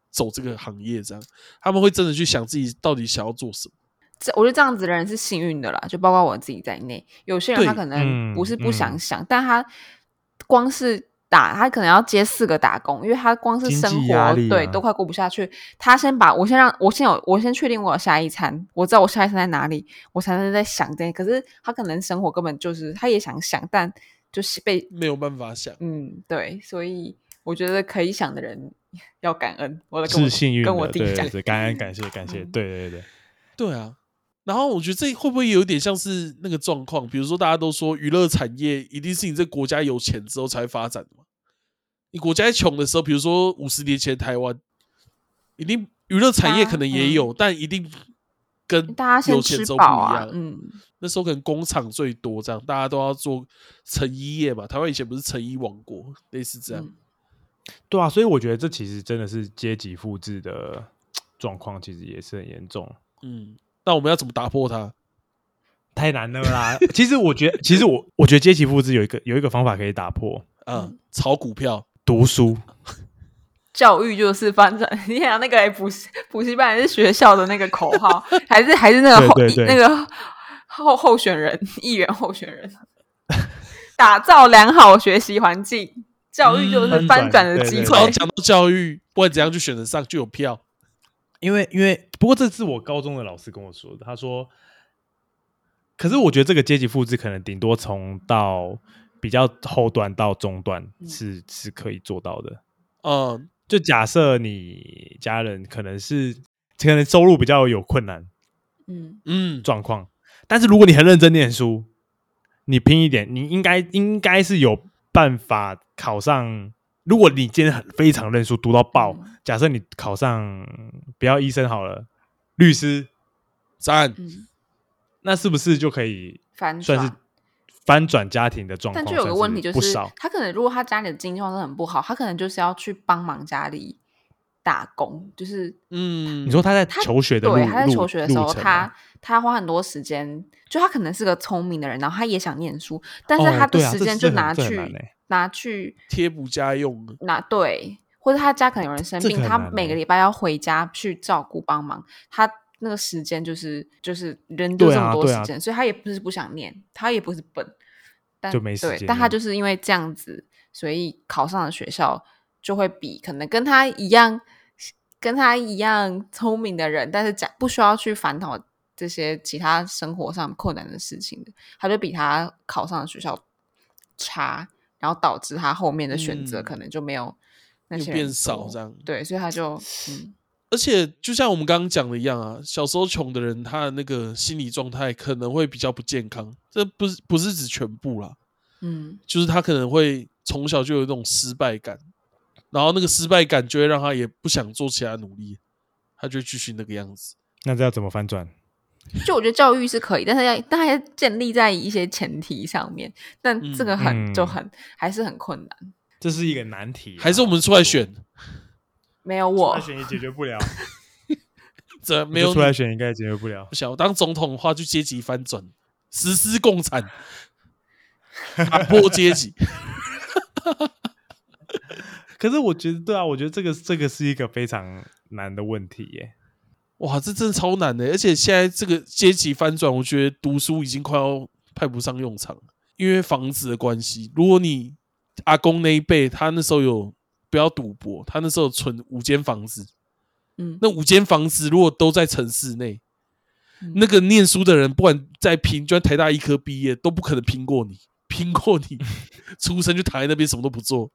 [SPEAKER 2] 走这个行业这样。他们会真的去想自己到底想要做什么。
[SPEAKER 1] 这我觉得这样子的人是幸运的啦，就包括我自己在内。有些人
[SPEAKER 2] 对
[SPEAKER 1] 他可能
[SPEAKER 3] 嗯
[SPEAKER 1] 不是不想
[SPEAKER 3] 嗯
[SPEAKER 1] 想，但他光是打，他可能要接四个打工，因为他光是
[SPEAKER 3] 经
[SPEAKER 1] 生
[SPEAKER 3] 济
[SPEAKER 1] 活、
[SPEAKER 3] 压力
[SPEAKER 1] 对
[SPEAKER 3] 啊
[SPEAKER 1] 都快过不下去。他先把我先让我先有我先确定我有下一餐，我知道我下一餐在哪里，我才能在想这些。可是他可能生活根本就是他也想想，但就是被
[SPEAKER 2] 没有办法想，
[SPEAKER 1] 嗯对，所以我觉得可以想的人要感恩。我在跟我
[SPEAKER 3] 是幸运的，
[SPEAKER 1] 跟我弟
[SPEAKER 3] 对
[SPEAKER 1] 讲
[SPEAKER 3] 对，对，感恩感谢感谢，
[SPEAKER 1] 嗯
[SPEAKER 3] 对对对对，
[SPEAKER 2] 对啊。然后我觉得这会不会有点像是那个状况？比如说大家都说娱乐产业一定是你这国家有钱之后才发展的嘛？你国家穷的时候，比如说五十年前台湾，一定娱乐产业
[SPEAKER 1] 啊
[SPEAKER 2] 可能也
[SPEAKER 1] 嗯
[SPEAKER 2] 有，但一定跟
[SPEAKER 1] 大家先
[SPEAKER 2] 有钱
[SPEAKER 1] 吃
[SPEAKER 2] 之后不
[SPEAKER 1] 饱
[SPEAKER 2] 一
[SPEAKER 1] 啊
[SPEAKER 2] 样，。
[SPEAKER 1] 嗯，
[SPEAKER 2] 那时候可能工厂最多，这样大家都要做成衣业嘛。台湾以前不是成衣王国，类似这样。
[SPEAKER 1] 嗯
[SPEAKER 3] 对啊，所以我觉得这其实真的是阶级复制的状况，其实也是很严重。
[SPEAKER 2] 嗯，那我们要怎么打破它？啊
[SPEAKER 3] 太难了 [LAUGHS] 啦！其实我觉得，其实我我觉得阶级复制有一个有一个方法可以打破，
[SPEAKER 2] 啊、
[SPEAKER 1] 嗯
[SPEAKER 2] 炒股票。
[SPEAKER 3] 读书。
[SPEAKER 1] 教育就是翻转， [LAUGHS] 你想那个诶补习补习班还是学校的那个口号，还是还是那个候
[SPEAKER 3] 对对对
[SPEAKER 1] 那个候候选人议员候选人，打造良好学习环境，教育就是
[SPEAKER 3] 嗯
[SPEAKER 1] 翻
[SPEAKER 3] 翻
[SPEAKER 1] 转
[SPEAKER 3] 转
[SPEAKER 1] 的
[SPEAKER 3] 对
[SPEAKER 1] 机
[SPEAKER 3] 对
[SPEAKER 2] 只要
[SPEAKER 1] 会。
[SPEAKER 2] 讲到教育，不管怎样就选得上，就有票。
[SPEAKER 3] 因为因为不过这是我高中的老师跟我说的，他说，可是我觉得这个阶级复制可能顶多从到比较后端到中端是、是可以做到的。
[SPEAKER 2] 嗯，
[SPEAKER 3] 就假设你家人可能是可能收入比较有困难
[SPEAKER 1] 嗯，
[SPEAKER 2] 嗯，
[SPEAKER 3] 状况，但是如果你很认真念书，你拼一点，你应该应该是有办法考上。如果你今天很非常认输，读到爆
[SPEAKER 1] 嗯，
[SPEAKER 3] 假设你考上不要医生好了，律师，
[SPEAKER 2] 赞。
[SPEAKER 1] 嗯，
[SPEAKER 3] 那是不是就可以
[SPEAKER 1] 翻
[SPEAKER 3] 算是
[SPEAKER 1] 转。
[SPEAKER 3] 翻转家庭的状况？
[SPEAKER 1] 但就有个
[SPEAKER 3] 算是
[SPEAKER 1] 问题，就
[SPEAKER 3] 不
[SPEAKER 1] 是嗯
[SPEAKER 3] 少
[SPEAKER 1] 他可能如果他家里的经济状况真的很不好，他可能就是要去帮忙家里打工，就是
[SPEAKER 2] 嗯，
[SPEAKER 3] 你说他在
[SPEAKER 1] 他
[SPEAKER 3] 求学的路，
[SPEAKER 1] 对，他在
[SPEAKER 3] 路
[SPEAKER 1] 求学的时
[SPEAKER 3] 路
[SPEAKER 1] 候，
[SPEAKER 3] 程
[SPEAKER 1] 他
[SPEAKER 3] 啊
[SPEAKER 1] 他花很多时间，就他可能是个聪明的人，然后他也想念书，但是
[SPEAKER 3] 哦
[SPEAKER 1] 他的
[SPEAKER 3] 对啊
[SPEAKER 1] 时
[SPEAKER 3] 这
[SPEAKER 1] 间
[SPEAKER 3] 这
[SPEAKER 1] 就
[SPEAKER 3] 很
[SPEAKER 1] 拿
[SPEAKER 3] 这很
[SPEAKER 1] 去、
[SPEAKER 3] 难欸
[SPEAKER 1] 拿去
[SPEAKER 2] 贴补家用的，
[SPEAKER 1] 拿对，或者他家可能有人生
[SPEAKER 3] 这
[SPEAKER 1] 病，
[SPEAKER 3] 个很
[SPEAKER 1] 他
[SPEAKER 3] 难
[SPEAKER 1] 每个
[SPEAKER 3] 欸
[SPEAKER 1] 礼拜要回家去照顾帮忙，他那个时间就是就是人就
[SPEAKER 3] 对
[SPEAKER 1] 这么
[SPEAKER 3] 啊
[SPEAKER 1] 多
[SPEAKER 3] 对
[SPEAKER 1] 时
[SPEAKER 3] 啊
[SPEAKER 1] 间，所以他也不是不想念，他也不是笨，但
[SPEAKER 3] 就没时
[SPEAKER 1] 对，
[SPEAKER 3] 间
[SPEAKER 1] 但他
[SPEAKER 3] 了
[SPEAKER 1] 就是因为这样子，所以考上了学校就会比可能跟他一样跟他一样聪明的人，但是讲不需要去烦恼这些其他生活上困难的事情的，他就比他考上的学校差，然后导致他后面的选择
[SPEAKER 2] 嗯
[SPEAKER 1] 可能就没有那
[SPEAKER 2] 又
[SPEAKER 1] 些人
[SPEAKER 2] 变少
[SPEAKER 1] 多
[SPEAKER 2] 这样。
[SPEAKER 1] 对，所以他就嗯
[SPEAKER 2] 而且就像我们刚刚讲的一样啊，小时候穷的人，他的那个心理状态可能会比较不健康。这不是不是指全部啦，
[SPEAKER 1] 嗯
[SPEAKER 2] 就是他可能会从小就有一种失败感，然后那个失败感就会让他也不想做其他努力，他就会继续那个样子。
[SPEAKER 3] 那这要怎么翻转？
[SPEAKER 1] 就我觉得教育是可以，但是要但还要建立在一些前提上面，但这
[SPEAKER 2] 嗯
[SPEAKER 1] 个很、就
[SPEAKER 3] 嗯
[SPEAKER 1] 很还是很困难。
[SPEAKER 3] 这是一个难题啊、
[SPEAKER 2] 还是我们出来选，
[SPEAKER 1] 没有
[SPEAKER 3] 出
[SPEAKER 1] 我
[SPEAKER 3] 来，选也解决不了，
[SPEAKER 2] 这 [LAUGHS] 没
[SPEAKER 3] 就
[SPEAKER 2] 有
[SPEAKER 3] 出来
[SPEAKER 2] 你
[SPEAKER 3] 选应该也解决不了
[SPEAKER 2] 不。想我当总统的话，就阶级翻转，实施共产，打破阶级。
[SPEAKER 3] 可是我觉得，对啊，我觉得这个这个是一个非常难的问题耶。
[SPEAKER 2] 哇，这真的超难的！而且现在这个阶级翻转，我觉得读书已经快要派不上用场了，因为房子的关系。如果你阿公那一辈，他那时候有不要赌博，他那时候存五间房子，
[SPEAKER 1] 嗯，
[SPEAKER 2] 那五间房子如果都在城市内，
[SPEAKER 1] 嗯
[SPEAKER 2] 那个念书的人不管再拼，就算台大医科毕业，都不可能拼过你，拼过你出生就躺在那边什么都不做，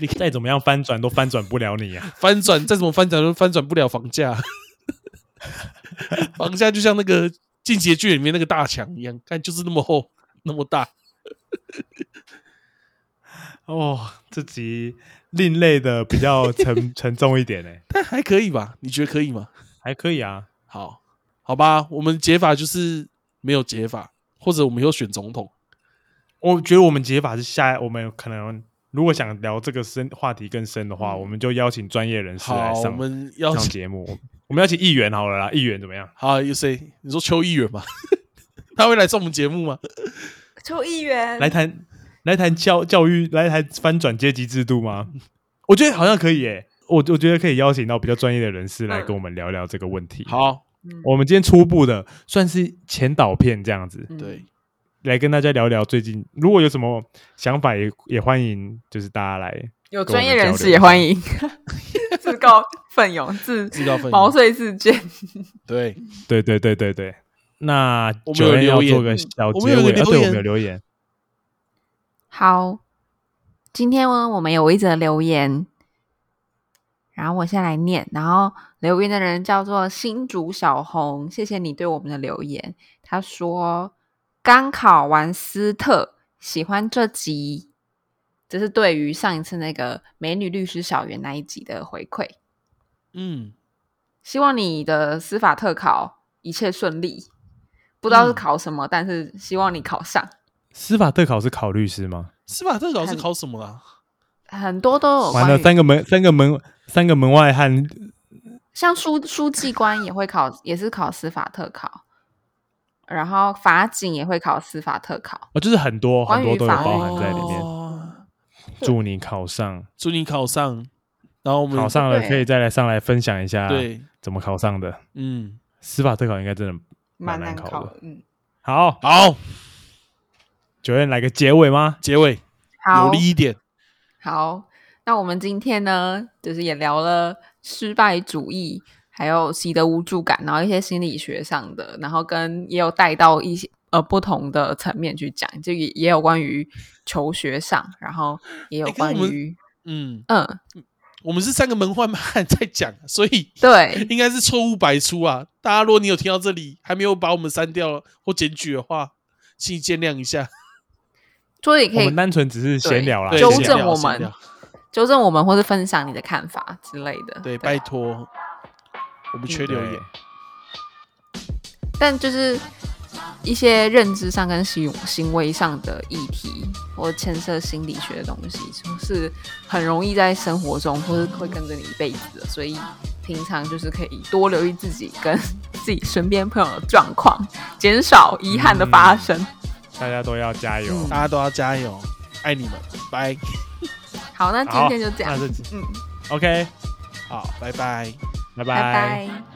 [SPEAKER 3] 你再怎么样翻转都翻转不了你啊！
[SPEAKER 2] 翻转再怎么翻转都翻转不了房价，房价就像那个《进击的巨人》里面那个大墙一样，看就是那么厚那么大。
[SPEAKER 3] [LAUGHS] 哦，这集另类的比较沉沉重一点哎，
[SPEAKER 2] 但还可以吧？你觉得可以吗？
[SPEAKER 3] 还可以啊。
[SPEAKER 2] 好，好吧，我们解法就是没有解法，或者我们又选总统。
[SPEAKER 3] 我觉得我们解法是下，我们可能如果想聊这个深话题更深的话，
[SPEAKER 1] 嗯
[SPEAKER 3] 我们就邀请专业人士来
[SPEAKER 2] 好，我
[SPEAKER 3] 上
[SPEAKER 2] 们要
[SPEAKER 3] 上节目。我们要请议员好了啦， [LAUGHS] 议员怎么样？
[SPEAKER 2] 好，有谁？你说邱议员吗？ [LAUGHS] 他会来上我们节目吗？
[SPEAKER 1] 邱议员
[SPEAKER 3] 来谈来谈教教育，来谈翻转阶级制度吗？我觉得好像可以耶、我我觉得可以邀请到比较专业的人士来
[SPEAKER 1] 嗯
[SPEAKER 3] 跟我们聊聊这个问题。，
[SPEAKER 2] 好，
[SPEAKER 3] 我们今天初步的算是前导片这样子，
[SPEAKER 1] 嗯
[SPEAKER 2] 对，
[SPEAKER 3] 来跟大家聊聊最近，如果有什么想法也也欢迎，就是大家来
[SPEAKER 1] 有
[SPEAKER 3] 跟我
[SPEAKER 1] 专
[SPEAKER 3] 们
[SPEAKER 1] 业人
[SPEAKER 3] 交
[SPEAKER 1] 士
[SPEAKER 3] 流
[SPEAKER 1] 也
[SPEAKER 3] 一
[SPEAKER 1] 欢
[SPEAKER 3] 下
[SPEAKER 1] 迎 [LAUGHS] 自告奋勇、自
[SPEAKER 2] 自告奋
[SPEAKER 1] 毛
[SPEAKER 2] 勇。
[SPEAKER 1] 遂自荐。
[SPEAKER 2] 对，
[SPEAKER 3] 对对对对对，那
[SPEAKER 2] 我们
[SPEAKER 3] 九
[SPEAKER 2] 有
[SPEAKER 3] 人要
[SPEAKER 2] 留言
[SPEAKER 3] 做个小
[SPEAKER 2] 我
[SPEAKER 3] 结
[SPEAKER 2] 们有
[SPEAKER 3] 尾，
[SPEAKER 2] 个留
[SPEAKER 3] 啊，对，我
[SPEAKER 2] 言
[SPEAKER 3] 们有留言，
[SPEAKER 1] 好，今天呢，我们有一则留言，然后我先来念，然后留言的人叫做新竹小红，谢谢你对我们的留言。他说刚考完斯特，喜欢这集，这是对于上一次那个美女律师小圆那一集的回馈。
[SPEAKER 2] 嗯，
[SPEAKER 1] 希望你的司法特考一切顺利，不知道是
[SPEAKER 2] 嗯
[SPEAKER 1] 考什么，但是希望你考上。
[SPEAKER 3] 司法特考是考律师吗？
[SPEAKER 2] 司法特考是
[SPEAKER 1] 看
[SPEAKER 2] 考什么啊啦？
[SPEAKER 1] 很多都有
[SPEAKER 3] 完
[SPEAKER 1] 关
[SPEAKER 3] 了，
[SPEAKER 1] 于
[SPEAKER 3] 三个门，三个门，三个门外汉，
[SPEAKER 1] 像书书记官也会考，也是考司法特考，然后法警也会考司法特考。
[SPEAKER 3] 哦，就是很多
[SPEAKER 1] 关
[SPEAKER 3] 很
[SPEAKER 1] 于
[SPEAKER 3] 多都有
[SPEAKER 1] 法律
[SPEAKER 3] 包含在里
[SPEAKER 1] [LAUGHS]
[SPEAKER 3] 面。
[SPEAKER 2] 哦
[SPEAKER 3] 祝你考上，
[SPEAKER 2] 祝你考上，然后我们
[SPEAKER 3] 考上了
[SPEAKER 1] 对
[SPEAKER 3] 可以再来上来分享一下
[SPEAKER 2] 对，
[SPEAKER 3] 怎么考上的。
[SPEAKER 2] 嗯，
[SPEAKER 3] 司法特考应该真的
[SPEAKER 1] 蛮
[SPEAKER 3] 难
[SPEAKER 1] 难
[SPEAKER 3] 考
[SPEAKER 1] 考
[SPEAKER 3] 的
[SPEAKER 1] 的，嗯，
[SPEAKER 3] 好，
[SPEAKER 2] 好，
[SPEAKER 3] 九院来个结尾吗？
[SPEAKER 2] 结尾
[SPEAKER 1] 好
[SPEAKER 2] 有力一点，
[SPEAKER 1] 好，那我们今天呢，就是也聊了失败主义，还有习得无助感，然后一些心理学上的，然后跟也有带到一些呃不同的层面去讲，就也也有关于求学上，然后也有
[SPEAKER 2] 诶可是
[SPEAKER 1] 关
[SPEAKER 2] 我们
[SPEAKER 1] 于、
[SPEAKER 2] 嗯，
[SPEAKER 1] 嗯，
[SPEAKER 2] 我们是三个门外汉在讲， [LAUGHS] 所以 [LAUGHS]
[SPEAKER 1] 对，
[SPEAKER 2] 应该是错误百出啊。大家，如果你有听到这里还没有把我们删掉或检举的话，请你见谅一下，
[SPEAKER 1] 所以
[SPEAKER 3] 我
[SPEAKER 1] 可以
[SPEAKER 3] 们单纯只是闲聊啦，
[SPEAKER 2] 对
[SPEAKER 1] 纠
[SPEAKER 2] 闲
[SPEAKER 1] 正
[SPEAKER 2] 聊
[SPEAKER 1] 我
[SPEAKER 2] 闲
[SPEAKER 1] 们
[SPEAKER 2] 聊，
[SPEAKER 1] 纠正我们，或是分享你的看法之类的。
[SPEAKER 2] 对，
[SPEAKER 1] 吧
[SPEAKER 2] 拜托，我们缺
[SPEAKER 3] 对
[SPEAKER 2] 留言，
[SPEAKER 1] 但就是一些认知上跟行行为上的议题，或牵涉心理学的东西，是很容易在生活中，或是会跟着你一辈子的。所以平常就是可以多留意自己跟自己身边朋友的状况，减少遗憾的发生。
[SPEAKER 3] 大家都要加油。
[SPEAKER 1] 嗯
[SPEAKER 2] 大家都要加油，爱你们，拜，
[SPEAKER 1] 嗯好，那今
[SPEAKER 3] 好，
[SPEAKER 1] 天就这样
[SPEAKER 3] 那，这集
[SPEAKER 1] 嗯，
[SPEAKER 3] OK，
[SPEAKER 2] 好，拜拜。
[SPEAKER 1] 拜
[SPEAKER 3] 拜
[SPEAKER 1] 拜